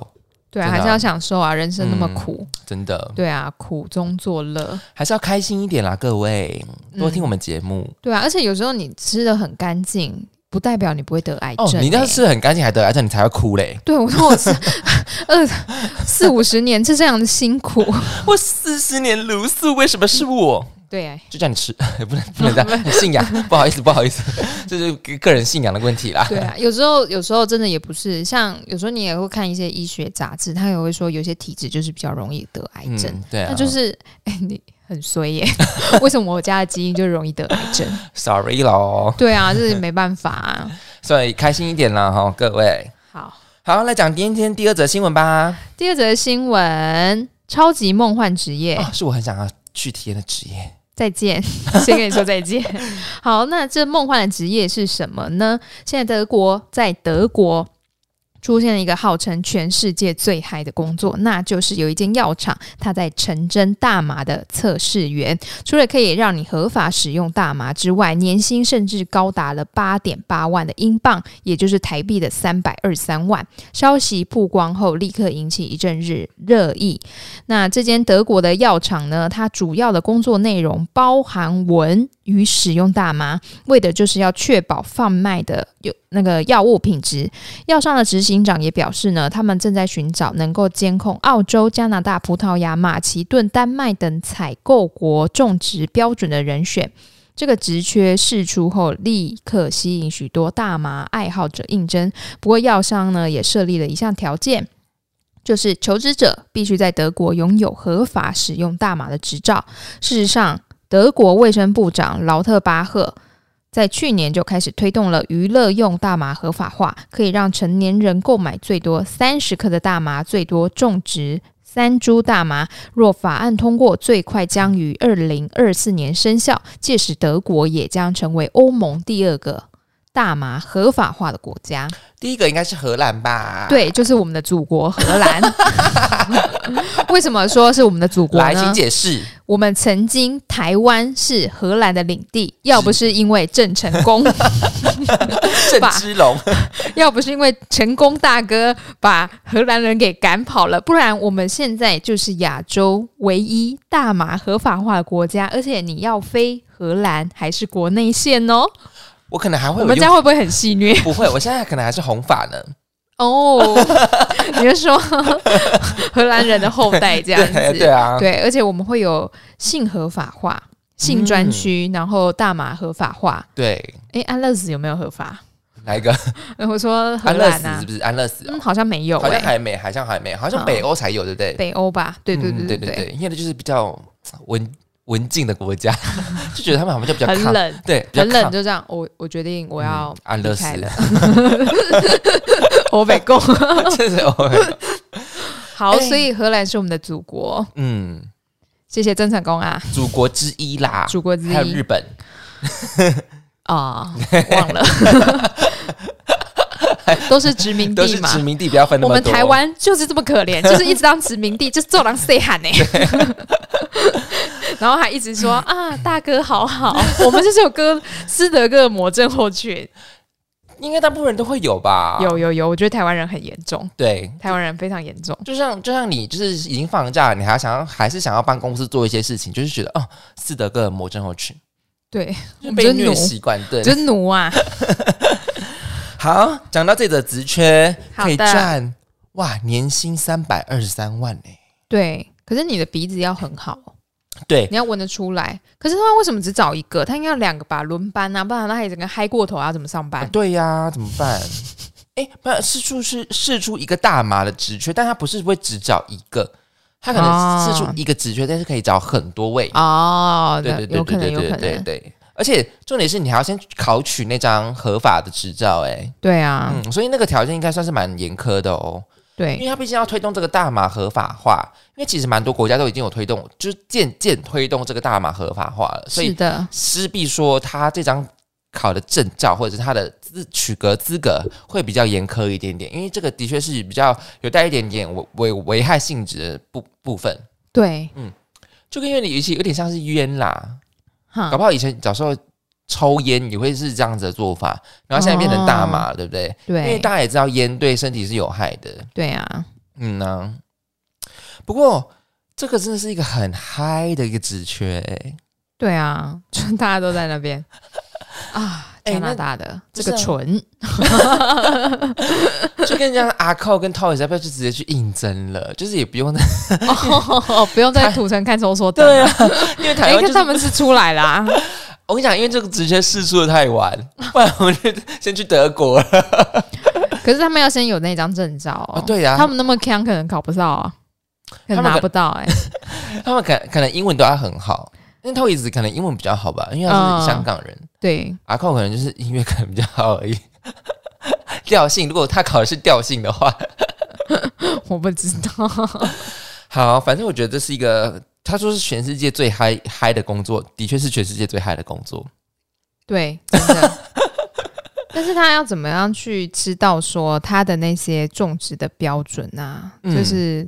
[SPEAKER 1] 对啊，
[SPEAKER 2] 真的啊嗯
[SPEAKER 1] 还是要享受啊，人生那么苦，
[SPEAKER 2] 真的
[SPEAKER 1] 对啊，苦中作乐，
[SPEAKER 2] 还是要开心一点啦，各位多听我
[SPEAKER 1] 嗯
[SPEAKER 2] 们节目、
[SPEAKER 1] 对啊，而且有时候你吃的很干净，不代表你不会得癌症、
[SPEAKER 2] 哦。你要
[SPEAKER 1] 欸
[SPEAKER 2] 吃得很干净还得癌症，你才会哭嘞。
[SPEAKER 1] 对我说我是 二四五十年是这样的辛苦，
[SPEAKER 2] 我四十年茹素，为什么是我？
[SPEAKER 1] 对、欸，
[SPEAKER 2] 就叫你吃， 不能不能这样， 信仰，不好意思，不好意思，这就是个个人信仰的问题 啦。
[SPEAKER 1] 对啊，有时候有时候真的也不是，像有时候你也会看一些医学杂志，它也会说有些体质就是比较容易得癌症，
[SPEAKER 2] 嗯，对啊，
[SPEAKER 1] 那就是 哎、你很衰 耶、为什么我家的基因就容易得癌症？
[SPEAKER 2] sorry 喽，
[SPEAKER 1] 对啊，这是没办法、啊。
[SPEAKER 2] 所以开心一点啦哈，各位。
[SPEAKER 1] 好，
[SPEAKER 2] 好，来讲今天第二则新闻吧。
[SPEAKER 1] 第二则新闻，超级梦幻职业。
[SPEAKER 2] 哦，是我很想要去体验的职业，
[SPEAKER 1] 再见， 先跟你说再见。好，那这梦幻的职业是什么呢？现在德国在德国出现了一个号称全世界最嗨的工作，那就是有一间药厂，它在成真大麻的测试员。除了可以让你合法使用大麻之外，年薪甚至高达了八点八万的英镑，也就是台币的三百二三万。消息曝光后，立刻引起一阵日热议。那这间德国的药厂呢，它主要的工作内容包含闻与使用大麻，为的就是要确保贩卖的有那个药物品质。药商的执行长也表示呢，他们正在寻找能够监控澳洲、加拿大、葡萄牙、马其顿、丹麦等采购国种植标准的人选。这个职缺释出后，立刻吸引许多大麻爱好者应征。不过，药商呢也设立了一项条件，就是求职者必须在德国拥有合法使用大麻的执照。事实上，德国卫生部长劳特巴赫在去年就开始推动了娱乐用大麻合法化，可以让成年人购买最多三十克的大麻，最多种植。三株大麻，若法案通过，最快将于二零二四年生效。届时，德国也将成为欧盟第二个大麻合法化的国家。
[SPEAKER 2] 第一个应该是荷兰吧？，
[SPEAKER 1] 对，就是我们的祖国荷 兰。为什么说是我们的祖国
[SPEAKER 2] 来，请
[SPEAKER 1] 呢？
[SPEAKER 2] 解释。
[SPEAKER 1] 我们曾经台湾是荷兰的领地，要不是因为郑成 功，
[SPEAKER 2] 郑
[SPEAKER 1] 吧
[SPEAKER 2] 芝 龙，
[SPEAKER 1] 要不是因为成功大哥把荷兰人给赶跑了，不然我们现在就是亚洲唯一大麻合法化的国家。而且你要飞荷兰还是国内线哦？
[SPEAKER 2] 我可能还会
[SPEAKER 1] 我
[SPEAKER 2] 有
[SPEAKER 1] 们这
[SPEAKER 2] 用
[SPEAKER 1] 样会不会很戏虐？
[SPEAKER 2] 不会，我现在可能还是红发呢。
[SPEAKER 1] 哦，你是 说荷兰人的后代这样子？
[SPEAKER 2] 对对啊，
[SPEAKER 1] 对，而且我们会有性合法化、性专
[SPEAKER 2] 嗯
[SPEAKER 1] 区，然后大麻合法化。
[SPEAKER 2] 对，
[SPEAKER 1] 诶，安乐死有没有合法？
[SPEAKER 2] 来一个
[SPEAKER 1] 呃我说荷
[SPEAKER 2] 安乐
[SPEAKER 1] 兰
[SPEAKER 2] 死
[SPEAKER 1] 啊
[SPEAKER 2] 是，不是？安乐死哦
[SPEAKER 1] 嗯，好像没有
[SPEAKER 2] 好
[SPEAKER 1] 诶，
[SPEAKER 2] 像还没，好像还没，好像
[SPEAKER 1] 嗯
[SPEAKER 2] 北欧才有，对不对？
[SPEAKER 1] 北欧吧？对对
[SPEAKER 2] 嗯
[SPEAKER 1] 对
[SPEAKER 2] 对
[SPEAKER 1] 对
[SPEAKER 2] 对，因为就是比较文文静的国 家，就觉得他们好像就比较
[SPEAKER 1] 很
[SPEAKER 2] 抗，
[SPEAKER 1] 冷，
[SPEAKER 2] 对，比较
[SPEAKER 1] 很冷，
[SPEAKER 2] 抗，
[SPEAKER 1] 就这样。我我决定我
[SPEAKER 2] 我
[SPEAKER 1] 要
[SPEAKER 2] 安
[SPEAKER 1] 离
[SPEAKER 2] 乐死
[SPEAKER 1] 开， 了，
[SPEAKER 2] 嗯
[SPEAKER 1] 欧北共。
[SPEAKER 2] 这是哦我
[SPEAKER 1] 好，
[SPEAKER 2] 哎
[SPEAKER 1] 所以荷兰是我们的祖国，
[SPEAKER 2] 嗯，
[SPEAKER 1] 谢谢郑成功啊，
[SPEAKER 2] 祖国之一啦，
[SPEAKER 1] 祖国之
[SPEAKER 2] 还有
[SPEAKER 1] 一
[SPEAKER 2] 日本，
[SPEAKER 1] 啊，忘 了，都是殖民
[SPEAKER 2] 都
[SPEAKER 1] 地
[SPEAKER 2] 是
[SPEAKER 1] 嘛
[SPEAKER 2] 殖。民地，不要分那
[SPEAKER 1] 我
[SPEAKER 2] 么
[SPEAKER 1] 们
[SPEAKER 2] 多。
[SPEAKER 1] 台湾就是这么可 怜，就是一直当殖民地，就是做狼 say 喊呢。然后还一直说啊，大哥好好，我们就是有哥斯德哥尔摩症候群。
[SPEAKER 2] 应该大部分人都会有吧？
[SPEAKER 1] 有有有，我觉得台湾人很严重，
[SPEAKER 2] 对，
[SPEAKER 1] 台湾人非常严重。
[SPEAKER 2] 就像就像你就是已经放假，你还想要还是想要帮公司做一些事情，就是觉得哦，斯德哥尔摩症候群，
[SPEAKER 1] 对，
[SPEAKER 2] 就
[SPEAKER 1] 我
[SPEAKER 2] 是
[SPEAKER 1] 们就
[SPEAKER 2] 被
[SPEAKER 1] 是奴
[SPEAKER 2] 虐，习惯。对，
[SPEAKER 1] 就是奴 啊。
[SPEAKER 2] 好，讲到这则职缺，
[SPEAKER 1] 好的
[SPEAKER 2] 可以赚哇，年薪三百二十三万呢、
[SPEAKER 1] 对，可是你的鼻子要很好，
[SPEAKER 2] 对，
[SPEAKER 1] 你要闻得出来。可是他为什么只找一个？他应该要两个吧，轮班啊，不然他也整个嗨过头啊，怎么上
[SPEAKER 2] 啊
[SPEAKER 1] 班？
[SPEAKER 2] 对呀、怎么 办？哎，不是试出是试出一个大麻的职缺，但他不是会只找一个，他可能
[SPEAKER 1] 哦
[SPEAKER 2] 试出一个职缺，但是可以找很多位。
[SPEAKER 1] 哦，
[SPEAKER 2] 对
[SPEAKER 1] 那
[SPEAKER 2] 对对
[SPEAKER 1] 有
[SPEAKER 2] 对
[SPEAKER 1] 可能，
[SPEAKER 2] 对
[SPEAKER 1] 有可
[SPEAKER 2] 对对
[SPEAKER 1] 能，
[SPEAKER 2] 对。而且重点是你还要先考取那张合法的执照、诶，
[SPEAKER 1] 对
[SPEAKER 2] 哎，
[SPEAKER 1] 啊，
[SPEAKER 2] 嗯，所以那个条件应该算是蛮严苛的哦。因
[SPEAKER 1] 对
[SPEAKER 2] 为它毕竟要推动这个大麻合法化，因为其实蛮多国家都已经有推动，就是渐渐推动这个大麻合法化了，所
[SPEAKER 1] 是
[SPEAKER 2] 以
[SPEAKER 1] 的。
[SPEAKER 2] 势必说他这张考的证照或者是他的资取格资格会比较严苛一点点，因为这个的确是比较有带一点点危危危害性质的部部分，
[SPEAKER 1] 对，
[SPEAKER 2] 就跟因为你有些有点像是冤啦，搞
[SPEAKER 1] 哈，
[SPEAKER 2] 不好以前小时候。抽烟也会是这样子的做法，然后现在变成大麻，对不哦对？因为
[SPEAKER 1] 对
[SPEAKER 2] 大，家也知道烟对身体是有害的。
[SPEAKER 1] 对啊，
[SPEAKER 2] 嗯呐、不过这个真的是一个很嗨的一个职缺、欸，
[SPEAKER 1] 对啊，就大家都在那边啊，
[SPEAKER 2] 哎
[SPEAKER 1] 加拿
[SPEAKER 2] 那
[SPEAKER 1] 大的
[SPEAKER 2] 不
[SPEAKER 1] 这
[SPEAKER 2] 是
[SPEAKER 1] 个
[SPEAKER 2] 啊
[SPEAKER 1] 纯，
[SPEAKER 2] 就跟人家阿扣跟 Toys 要不要就直接去应征了，就是也不用再
[SPEAKER 1] 哦，不用再土城看守所等
[SPEAKER 2] 对
[SPEAKER 1] 了，
[SPEAKER 2] 啊， 因为台
[SPEAKER 1] 哎，
[SPEAKER 2] 湾
[SPEAKER 1] 看
[SPEAKER 2] 就是、
[SPEAKER 1] 他们是出来 啦，
[SPEAKER 2] 我跟你讲，因为这个职缺试出的太晚， 不然我们就先去德国了。
[SPEAKER 1] 可是他们要先有那张证照
[SPEAKER 2] 哦
[SPEAKER 1] 哦，
[SPEAKER 2] 对呀、
[SPEAKER 1] 他
[SPEAKER 2] 他们
[SPEAKER 1] 们那么强，可能考不到啊，可
[SPEAKER 2] 他
[SPEAKER 1] 能
[SPEAKER 2] 们
[SPEAKER 1] 拿
[SPEAKER 2] 可
[SPEAKER 1] 不到 哎，
[SPEAKER 2] 他们可可能英文都要很好，因为 Toys 可能英文比较好吧，因为他
[SPEAKER 1] 嗯
[SPEAKER 2] 是香港人，
[SPEAKER 1] 对，
[SPEAKER 2] 阿扣可能就是音乐可能比较好而已。 调性，如果他考的是调性的话，
[SPEAKER 1] 我不知道，
[SPEAKER 2] 好，反正我觉得这是一个。他说是全世界最嗨嗨的工作，的确是全世界最嗨的工作。
[SPEAKER 1] 对，真的。 但是他要怎么样去知道说他的那些种植的标准啊？
[SPEAKER 2] 嗯
[SPEAKER 1] 就是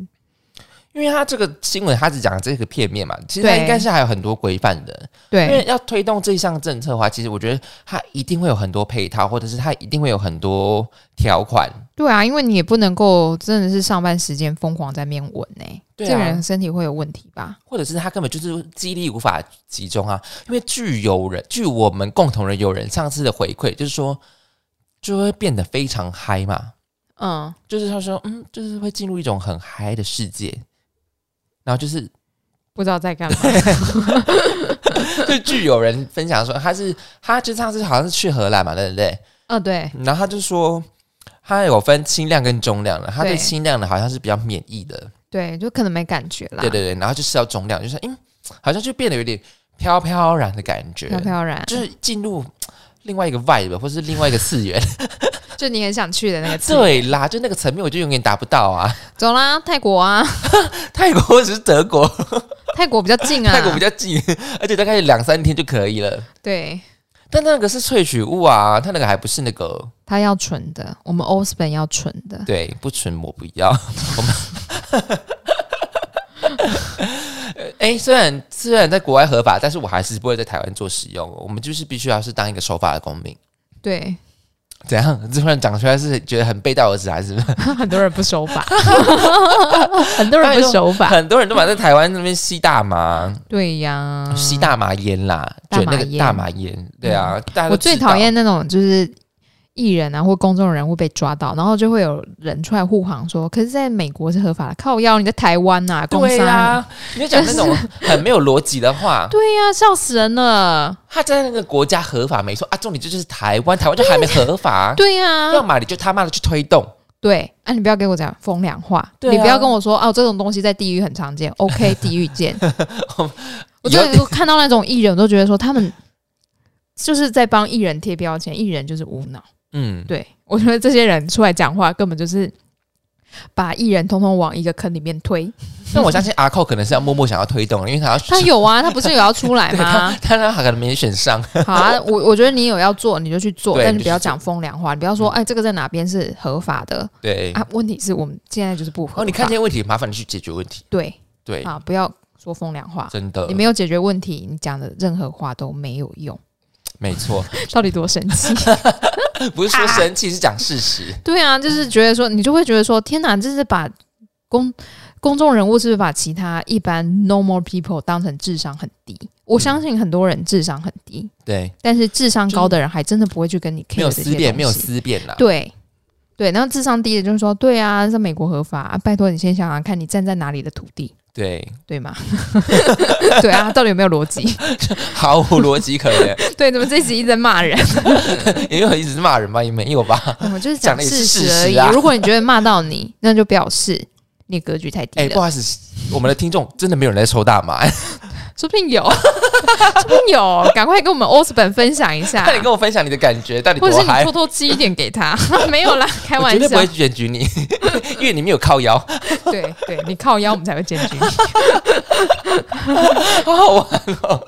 [SPEAKER 2] 因为他这个新闻，他只讲这个片面嘛，其实他
[SPEAKER 1] 对
[SPEAKER 2] 应该是还有很多规范的。因为
[SPEAKER 1] 对
[SPEAKER 2] 要推动这项政策的话，其实我觉得它一定会有很多配套，或者是它一定会有很多条款。
[SPEAKER 1] 对啊，因为你也不能够真的是上班时间疯狂在面闻呢、
[SPEAKER 2] 对啊
[SPEAKER 1] 欸这个人身体会有问题吧？
[SPEAKER 2] 或者是他根本就是记忆力无法集中啊。因为据有人，据我们共同的友人上次的回馈，就是说就会变得非常嗨嘛，
[SPEAKER 1] 嗯，
[SPEAKER 2] 就是他说，嗯，就是会进入一种很嗨的世界。然后就是，
[SPEAKER 1] 不知道在干嘛。
[SPEAKER 2] 就据有人分享说，他是他就上次好像是去荷兰嘛，对不对？
[SPEAKER 1] 哦，对，
[SPEAKER 2] 然后他就说，他有分轻量跟中量的，他对
[SPEAKER 1] 对
[SPEAKER 2] 轻量的好像是比较免疫的，
[SPEAKER 1] 对，就可能没感觉啦，
[SPEAKER 2] 对对对，然后就是要中量，就是嗯，好像就变得有点飘飘然的感觉，
[SPEAKER 1] 飘飘然，
[SPEAKER 2] 就是进入另外一个 vibe 或是另外一个 次元。
[SPEAKER 1] 就你很想去的那个地。
[SPEAKER 2] 对啦，就那个层面我就永远达不 到啊。
[SPEAKER 1] 走啦，泰国啊，
[SPEAKER 2] 泰国或者是德国，
[SPEAKER 1] 泰国比较近啊，
[SPEAKER 2] 泰国比较近，而且大概两三天就可以了。
[SPEAKER 1] 对，
[SPEAKER 2] 但那个是萃取物啊，它那个还不是那个，
[SPEAKER 1] 他要纯的，我们 Osborn 要纯的，
[SPEAKER 2] 对，不纯我不要。 我们呃哎，虽然虽然在国外合法，但是我还是不会在台湾做使用。哦我们就是必须要是当一个守法的公民。
[SPEAKER 1] 对，
[SPEAKER 2] 怎样？突然讲出来是觉得很背道而驰，还是？
[SPEAKER 1] 很多人不守法， 很多人不守法，
[SPEAKER 2] 很多人都把在台湾那边吸大麻。
[SPEAKER 1] 对呀，
[SPEAKER 2] 吸大麻烟啦，
[SPEAKER 1] 嗯大
[SPEAKER 2] 就
[SPEAKER 1] 麻
[SPEAKER 2] 那个
[SPEAKER 1] 烟嗯
[SPEAKER 2] 大麻烟，对啊，大家都
[SPEAKER 1] 我最
[SPEAKER 2] 知道
[SPEAKER 1] 讨厌那种就是艺人啊或公众人物被抓到，然后就会有人出来护航说，可是在美国是合法的，靠腰你在台湾呐、啊，公
[SPEAKER 2] 对
[SPEAKER 1] 杀、
[SPEAKER 2] 啊，你就讲 那种很没有逻辑的话，
[SPEAKER 1] 对呀、笑死人了，
[SPEAKER 2] 他在那个国家合法没错啊，重点就是台湾，台湾就还没合法，
[SPEAKER 1] 对啊呀、
[SPEAKER 2] 要么你就他妈的去推动，
[SPEAKER 1] 对，啊，你不要给我讲风凉话，
[SPEAKER 2] 对啊
[SPEAKER 1] 你不要跟我说哦，这种东西在地狱很常见。OK，地 狱见。我就
[SPEAKER 2] 有
[SPEAKER 1] 我看到那种艺人，我都觉得说他们就是在帮艺人贴标签，艺人就是无脑。
[SPEAKER 2] 嗯，
[SPEAKER 1] 对我觉得这些人出来讲话，根本就是把艺人通通往一个坑里面推。
[SPEAKER 2] 但我相信阿寇可能是要默默想要推动，因为他要
[SPEAKER 1] 他 有啊，他不是有要出来
[SPEAKER 2] 对 他
[SPEAKER 1] 吗？
[SPEAKER 2] 他他可能没选 上，
[SPEAKER 1] 好啊，我我觉得你有要做，你就去做，
[SPEAKER 2] 对
[SPEAKER 1] 但
[SPEAKER 2] 你
[SPEAKER 1] 你
[SPEAKER 2] 就
[SPEAKER 1] 不要
[SPEAKER 2] 去做嗯
[SPEAKER 1] 讲风凉话，你不要说哎，这个在哪边是合法的
[SPEAKER 2] 对，
[SPEAKER 1] 啊？问题是我们现在就是不合法。
[SPEAKER 2] 嗯哦，你看见问题，麻烦你去解决问题，
[SPEAKER 1] 对
[SPEAKER 2] 对，
[SPEAKER 1] 啊，不要说风凉话。
[SPEAKER 2] 真的
[SPEAKER 1] 你，没有解决问题，你讲的任何话都没有用，
[SPEAKER 2] 没 错，
[SPEAKER 1] 到底多神奇？
[SPEAKER 2] 不是说生气，是讲事实，
[SPEAKER 1] 对啊，就是觉得说，你就会觉得说，天哪，这是把公公众人物是不是把其他一般 normal people 当成智商很低？我相信很多人智商很低，
[SPEAKER 2] 对，
[SPEAKER 1] 但是智商高的人还真的不会去跟你 care
[SPEAKER 2] 没有
[SPEAKER 1] 这
[SPEAKER 2] 思
[SPEAKER 1] 些
[SPEAKER 2] 辨，
[SPEAKER 1] 东
[SPEAKER 2] 没有
[SPEAKER 1] 西
[SPEAKER 2] 思辨啦，
[SPEAKER 1] 对。对，然后智商低的就是说，对啊，在美国合法、啊，拜托你先想想看，你站在哪里的土地，
[SPEAKER 2] 对，
[SPEAKER 1] 对吗？ 对啊，到底有没有逻辑？
[SPEAKER 2] 毫无逻辑可言。
[SPEAKER 1] 对，怎么这一集一直在骂人？
[SPEAKER 2] 也有一直骂人吗？也没有吧？
[SPEAKER 1] 我就是
[SPEAKER 2] 讲
[SPEAKER 1] 讲
[SPEAKER 2] 的也是
[SPEAKER 1] 事
[SPEAKER 2] 事
[SPEAKER 1] 实
[SPEAKER 2] 实
[SPEAKER 1] 而已。
[SPEAKER 2] 啊
[SPEAKER 1] 如果你觉得骂到你，那就表示你格局太低
[SPEAKER 2] 哎、
[SPEAKER 1] 了。
[SPEAKER 2] 不好意思，我们的听众真的没有人在抽大麻、
[SPEAKER 1] 啊说不定有， 说不定有，赶快跟我们 o s b o r n 分享一下
[SPEAKER 2] 那， 你跟我分享你的感觉，到底
[SPEAKER 1] 或者
[SPEAKER 2] 多
[SPEAKER 1] 是你
[SPEAKER 2] 嗨
[SPEAKER 1] 偷？偷寄一点给他。 没有啦，开
[SPEAKER 2] 我
[SPEAKER 1] 玩
[SPEAKER 2] 绝对不
[SPEAKER 1] 笑
[SPEAKER 2] 会。选举你， 因为你没有靠腰，
[SPEAKER 1] 对对，你靠腰我们才会检举你。
[SPEAKER 2] 好好玩哦。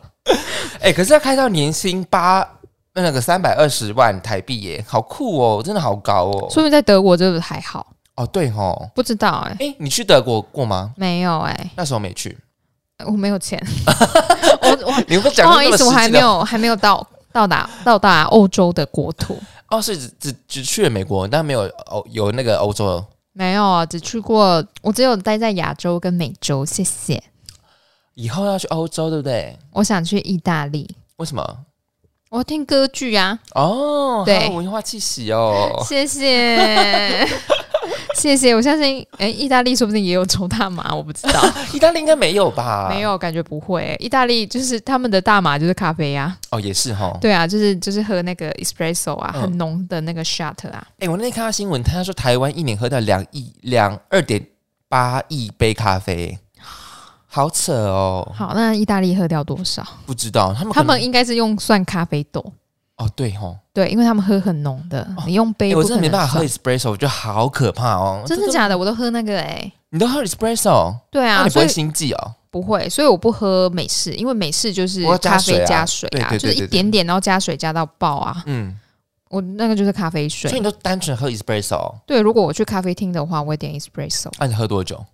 [SPEAKER 2] 哎、可是要开到年薪八那个三百二十万台币耶，好酷哦，真的好高哦。
[SPEAKER 1] 说明在德国就还好，
[SPEAKER 2] 哦，对哦，
[SPEAKER 1] 不知道哎、
[SPEAKER 2] 哎、你去德国过吗？
[SPEAKER 1] 没有哎、
[SPEAKER 2] 那时候没去，
[SPEAKER 1] 我没有 钱，我我
[SPEAKER 2] 你
[SPEAKER 1] 不
[SPEAKER 2] 会讲
[SPEAKER 1] 好
[SPEAKER 2] 出
[SPEAKER 1] 意
[SPEAKER 2] 那么
[SPEAKER 1] 思，我
[SPEAKER 2] 实
[SPEAKER 1] 还
[SPEAKER 2] 际
[SPEAKER 1] 没
[SPEAKER 2] 的
[SPEAKER 1] 有还没有到到达到达欧洲的国土，
[SPEAKER 2] 哦，是只只只去了美国，但没有欧有那个欧洲
[SPEAKER 1] 没有啊，只去过，我只有待在亚洲跟美洲，谢谢。
[SPEAKER 2] 以后要去欧洲，对不对？
[SPEAKER 1] 我想去意大利，
[SPEAKER 2] 为什么？
[SPEAKER 1] 我要听歌剧啊，
[SPEAKER 2] 哦，
[SPEAKER 1] 对
[SPEAKER 2] 好有文化气 息哦。
[SPEAKER 1] 谢谢。 谢谢，我相信，哎、意大利说不定也有抽大麻，我不知 道，
[SPEAKER 2] 意大利应该没有吧？
[SPEAKER 1] 没有，感觉不会、意大利就是他们的大麻就是咖啡啊，
[SPEAKER 2] 哦，也是哈。
[SPEAKER 1] 对啊，就是就是喝那个 espresso 啊，
[SPEAKER 2] 嗯
[SPEAKER 1] 很浓的那个 shot 啊，
[SPEAKER 2] 哎、我那天看到新闻，他说台湾一年喝掉两亿两二点八亿杯咖啡，好扯哦！
[SPEAKER 1] 好，那意大利喝掉多少？
[SPEAKER 2] 不知道他们可
[SPEAKER 1] 他
[SPEAKER 2] 能
[SPEAKER 1] 们应该是用算咖啡豆，
[SPEAKER 2] 哦对哦，
[SPEAKER 1] 对，因为他们喝很浓的，你用
[SPEAKER 2] 哎、
[SPEAKER 1] 杯、
[SPEAKER 2] 我真的没办法喝
[SPEAKER 1] 喝，
[SPEAKER 2] espresso，我觉得好可怕哦！
[SPEAKER 1] 真
[SPEAKER 2] 这
[SPEAKER 1] 的
[SPEAKER 2] 都
[SPEAKER 1] 假的？我都喝那个哎、
[SPEAKER 2] 你都喝 espresso，
[SPEAKER 1] 对
[SPEAKER 2] 那、
[SPEAKER 1] 啊，
[SPEAKER 2] 你不
[SPEAKER 1] 所以
[SPEAKER 2] 会心悸哦？
[SPEAKER 1] 不不会，所以我不喝美式，因为美式就是
[SPEAKER 2] 我要加
[SPEAKER 1] 咖啡
[SPEAKER 2] 水啊
[SPEAKER 1] 加水
[SPEAKER 2] 对对
[SPEAKER 1] 就
[SPEAKER 2] 对
[SPEAKER 1] 是
[SPEAKER 2] 对
[SPEAKER 1] 一
[SPEAKER 2] 对
[SPEAKER 1] 点点，然后加水加到爆啊。
[SPEAKER 2] 嗯，
[SPEAKER 1] 我那个就是咖啡
[SPEAKER 2] 所以
[SPEAKER 1] 水
[SPEAKER 2] 你。都单纯喝 espresso，
[SPEAKER 1] 对，如果我去咖啡厅的话，我会点 espresso。
[SPEAKER 2] 那、你喝多久？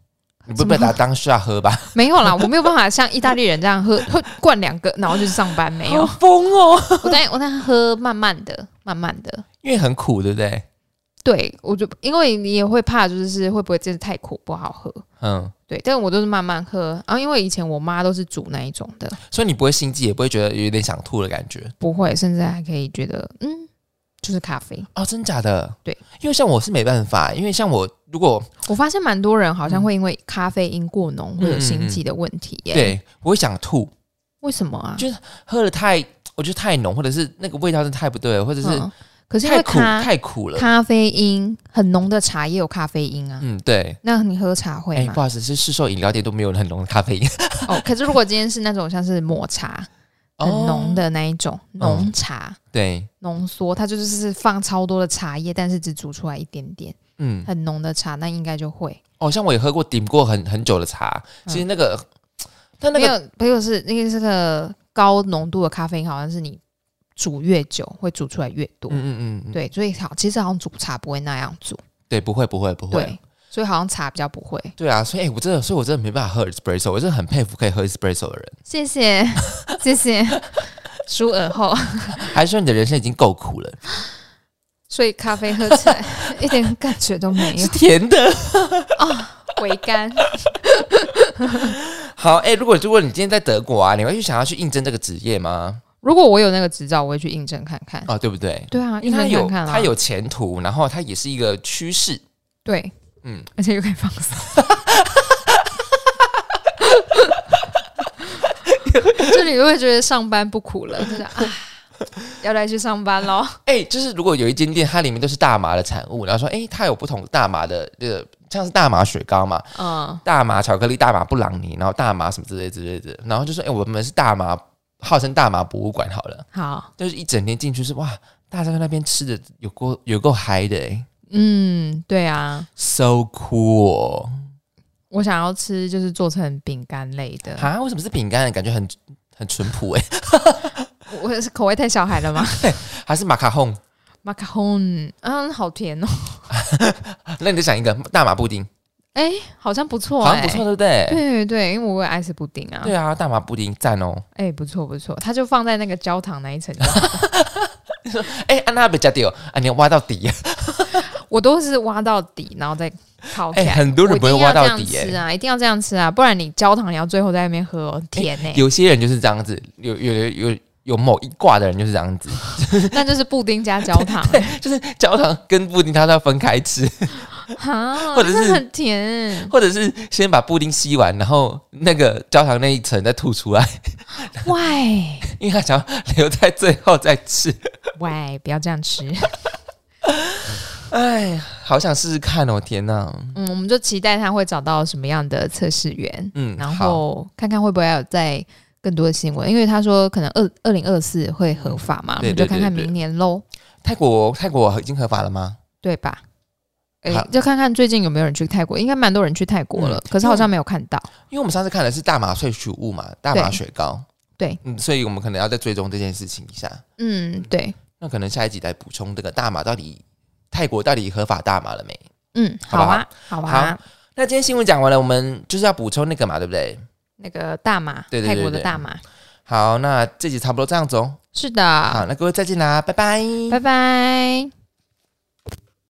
[SPEAKER 2] 你不
[SPEAKER 1] 怎
[SPEAKER 2] 被
[SPEAKER 1] 么
[SPEAKER 2] 打当下喝吧？
[SPEAKER 1] 没有啦，我没有办法像意大利人这样喝，喝灌两个，然后就去上班。没 有，
[SPEAKER 2] 疯哦，
[SPEAKER 1] 我在我在喝慢慢的，慢慢的。
[SPEAKER 2] 因为很苦，对不对？
[SPEAKER 1] 对，我就因为你也会怕，就是会不会真的太苦不好喝。
[SPEAKER 2] 嗯，
[SPEAKER 1] 对，但我都是慢慢喝。然、后因为以前我妈都是煮那一种的，
[SPEAKER 2] 所以你不会心悸，也不会觉得有点想吐的感觉
[SPEAKER 1] 不会，甚至还可以觉得嗯，就是咖啡。
[SPEAKER 2] 哦，真假的？
[SPEAKER 1] 对，
[SPEAKER 2] 因为像我是没办法，因为像我如果
[SPEAKER 1] 我发现蛮多人
[SPEAKER 2] 嗯
[SPEAKER 1] 好像会因为咖啡因过浓会有心悸的问题耶、
[SPEAKER 2] 对我会想吐，
[SPEAKER 1] 为什么啊？
[SPEAKER 2] 就喝的太，我觉得太浓，或者是那个味道真的太不对了，或者是
[SPEAKER 1] 嗯可是因
[SPEAKER 2] 太
[SPEAKER 1] 为
[SPEAKER 2] 苦、
[SPEAKER 1] 咖
[SPEAKER 2] 太苦了。
[SPEAKER 1] 咖啡因很浓的茶也有咖啡因啊。
[SPEAKER 2] 嗯，对。
[SPEAKER 1] 那你喝茶会
[SPEAKER 2] 哎、
[SPEAKER 1] 吗
[SPEAKER 2] 不？好意思，是市售饮料店都没有很浓的咖啡因，
[SPEAKER 1] 哦，可是如果今天是那种像是抹茶， 很浓
[SPEAKER 2] 的。
[SPEAKER 1] 的那一种
[SPEAKER 2] 哦
[SPEAKER 1] 浓茶
[SPEAKER 2] 对，
[SPEAKER 1] 浓缩，它就是放超多的茶叶，但是只煮出来一点点，
[SPEAKER 2] 嗯，
[SPEAKER 1] 很浓的茶，那应该就会
[SPEAKER 2] 哦，像我也喝过顶过很很久的茶，其实那个，但那
[SPEAKER 1] 嗯没有
[SPEAKER 2] 个
[SPEAKER 1] 没有是那个是个高浓度的咖啡因，好像是你煮越久会煮出来越多。
[SPEAKER 2] 嗯嗯嗯，对
[SPEAKER 1] 对，所以好，其实好像煮茶不会那样煮，
[SPEAKER 2] 对，不会不会不会，
[SPEAKER 1] 对，所以好像茶比较不会。
[SPEAKER 2] 对啊，所以、哎我真的，所以我真的没办法喝 espresso，我真的很佩服可以喝 espresso 的人。
[SPEAKER 1] 谢谢， 谢谢，舒尔后，
[SPEAKER 2] 还是说你的人生已经够苦了？
[SPEAKER 1] 所以咖啡喝起来一点感觉都 没
[SPEAKER 2] 是
[SPEAKER 1] 有，
[SPEAKER 2] 甜的。
[SPEAKER 1] 回甘。
[SPEAKER 2] 好，哎、如果如果你今天在德国啊，你会去想要去应征这个职业吗？
[SPEAKER 1] 如果我有那个执照，我会去应征看看。
[SPEAKER 2] 哦，对不对？
[SPEAKER 1] 对啊，
[SPEAKER 2] 因
[SPEAKER 1] 应
[SPEAKER 2] 为它
[SPEAKER 1] 征看
[SPEAKER 2] 有
[SPEAKER 1] 看啊，
[SPEAKER 2] 它有前途，然后它也是一个趋势。
[SPEAKER 1] 对，
[SPEAKER 2] 嗯，
[SPEAKER 1] 而且又可以放松。 就你会觉得上班不苦了，就是啊，要来去上班喽。
[SPEAKER 2] 哎、就是如果有一间店，它里面都是大麻的产物，然后说，哎、它有不同大麻的，呃，像是大麻雪糕嘛，
[SPEAKER 1] 嗯，
[SPEAKER 2] 大麻巧克力、大麻布朗尼，然后大麻什么之类之类的，然后就说，哎、我们是大麻，号称大麻博物馆好了，
[SPEAKER 1] 好，
[SPEAKER 2] 就是一整天进去是哇，大家在那边吃的有够有够嗨的、哎
[SPEAKER 1] 嗯，对啊，
[SPEAKER 2] ，so cool 哦
[SPEAKER 1] 我想要吃就是做成饼干类的。
[SPEAKER 2] 哈，为什么是饼干？感觉很很淳朴哎、
[SPEAKER 1] 我我是口味太小孩了 吗？
[SPEAKER 2] 还是马卡洪？
[SPEAKER 1] 马卡龙，嗯，好甜哦，
[SPEAKER 2] 那你就想一个大麻布丁，
[SPEAKER 1] 哎、好像不错、
[SPEAKER 2] 好
[SPEAKER 1] 哎，
[SPEAKER 2] 像不错，对不对？
[SPEAKER 1] 对对对，因为我也爱吃布丁啊，
[SPEAKER 2] 对啊，大麻布丁赞哦！
[SPEAKER 1] 哎、不错不错，它就放在那个焦糖那一层就好，
[SPEAKER 2] 哎、安娜被加掉啊，你要挖到底啊！
[SPEAKER 1] 我都是挖到底，然后再烤起
[SPEAKER 2] 哎、
[SPEAKER 1] 来。
[SPEAKER 2] 很多人不会挖到
[SPEAKER 1] 我一
[SPEAKER 2] 底
[SPEAKER 1] 定要这样
[SPEAKER 2] 哎、
[SPEAKER 1] 吃啊，一定要这样吃啊，不然你焦糖你要最后在那边喝、哦，甜呢、
[SPEAKER 2] 欸有些人就是这样子，有有有有有某一挂的人就是这样 子，
[SPEAKER 1] 那就是布丁加焦糖啊
[SPEAKER 2] 就是焦糖跟布丁它都要分开吃，
[SPEAKER 1] 哈，
[SPEAKER 2] 或者是
[SPEAKER 1] 那很 甜，
[SPEAKER 2] 或者是先把布丁吸完，然后那个焦糖那一层再吐出来，
[SPEAKER 1] 喂
[SPEAKER 2] 因为他想要 留在最后再吃。
[SPEAKER 1] 喂，不要这样吃，
[SPEAKER 2] 哎，好想试试看哦！天哪，
[SPEAKER 1] 嗯，我们就期待他会找到什么样的测试员，
[SPEAKER 2] 嗯，
[SPEAKER 1] 然
[SPEAKER 2] 好
[SPEAKER 1] 后看看会不会有在更多的新闻，因为他说可能二二零二四会合法嘛，我
[SPEAKER 2] 对
[SPEAKER 1] 们就
[SPEAKER 2] 嗯对
[SPEAKER 1] 看看
[SPEAKER 2] 对对
[SPEAKER 1] 明年喽，
[SPEAKER 2] 泰国泰国已经合法了吗？
[SPEAKER 1] 对吧？哎、
[SPEAKER 2] 好
[SPEAKER 1] 就看看最近有没有人去泰国，应该蛮多人去泰国了，
[SPEAKER 2] 嗯
[SPEAKER 1] 可是好像没有看到。
[SPEAKER 2] 因为我们上次看的是大麻萃取物嘛，大麻
[SPEAKER 1] 对
[SPEAKER 2] 雪糕，
[SPEAKER 1] 对，
[SPEAKER 2] 嗯，所以我们可能要再追踪这件事情一下。
[SPEAKER 1] 嗯，对，
[SPEAKER 2] 那可能下一集再补充这个大麻到底泰国到底合法大麻了没？
[SPEAKER 1] 嗯，好啊，好啊，
[SPEAKER 2] 那今天新闻讲完了，我们就是要补充那个嘛，对不对？
[SPEAKER 1] 那个大马，
[SPEAKER 2] 对对对
[SPEAKER 1] 泰国的
[SPEAKER 2] 对
[SPEAKER 1] 大马，
[SPEAKER 2] 好，那这集差不多这样子哦。
[SPEAKER 1] 是
[SPEAKER 2] 好，
[SPEAKER 1] 的，
[SPEAKER 2] 那各位再见啦，拜拜。
[SPEAKER 1] 拜拜。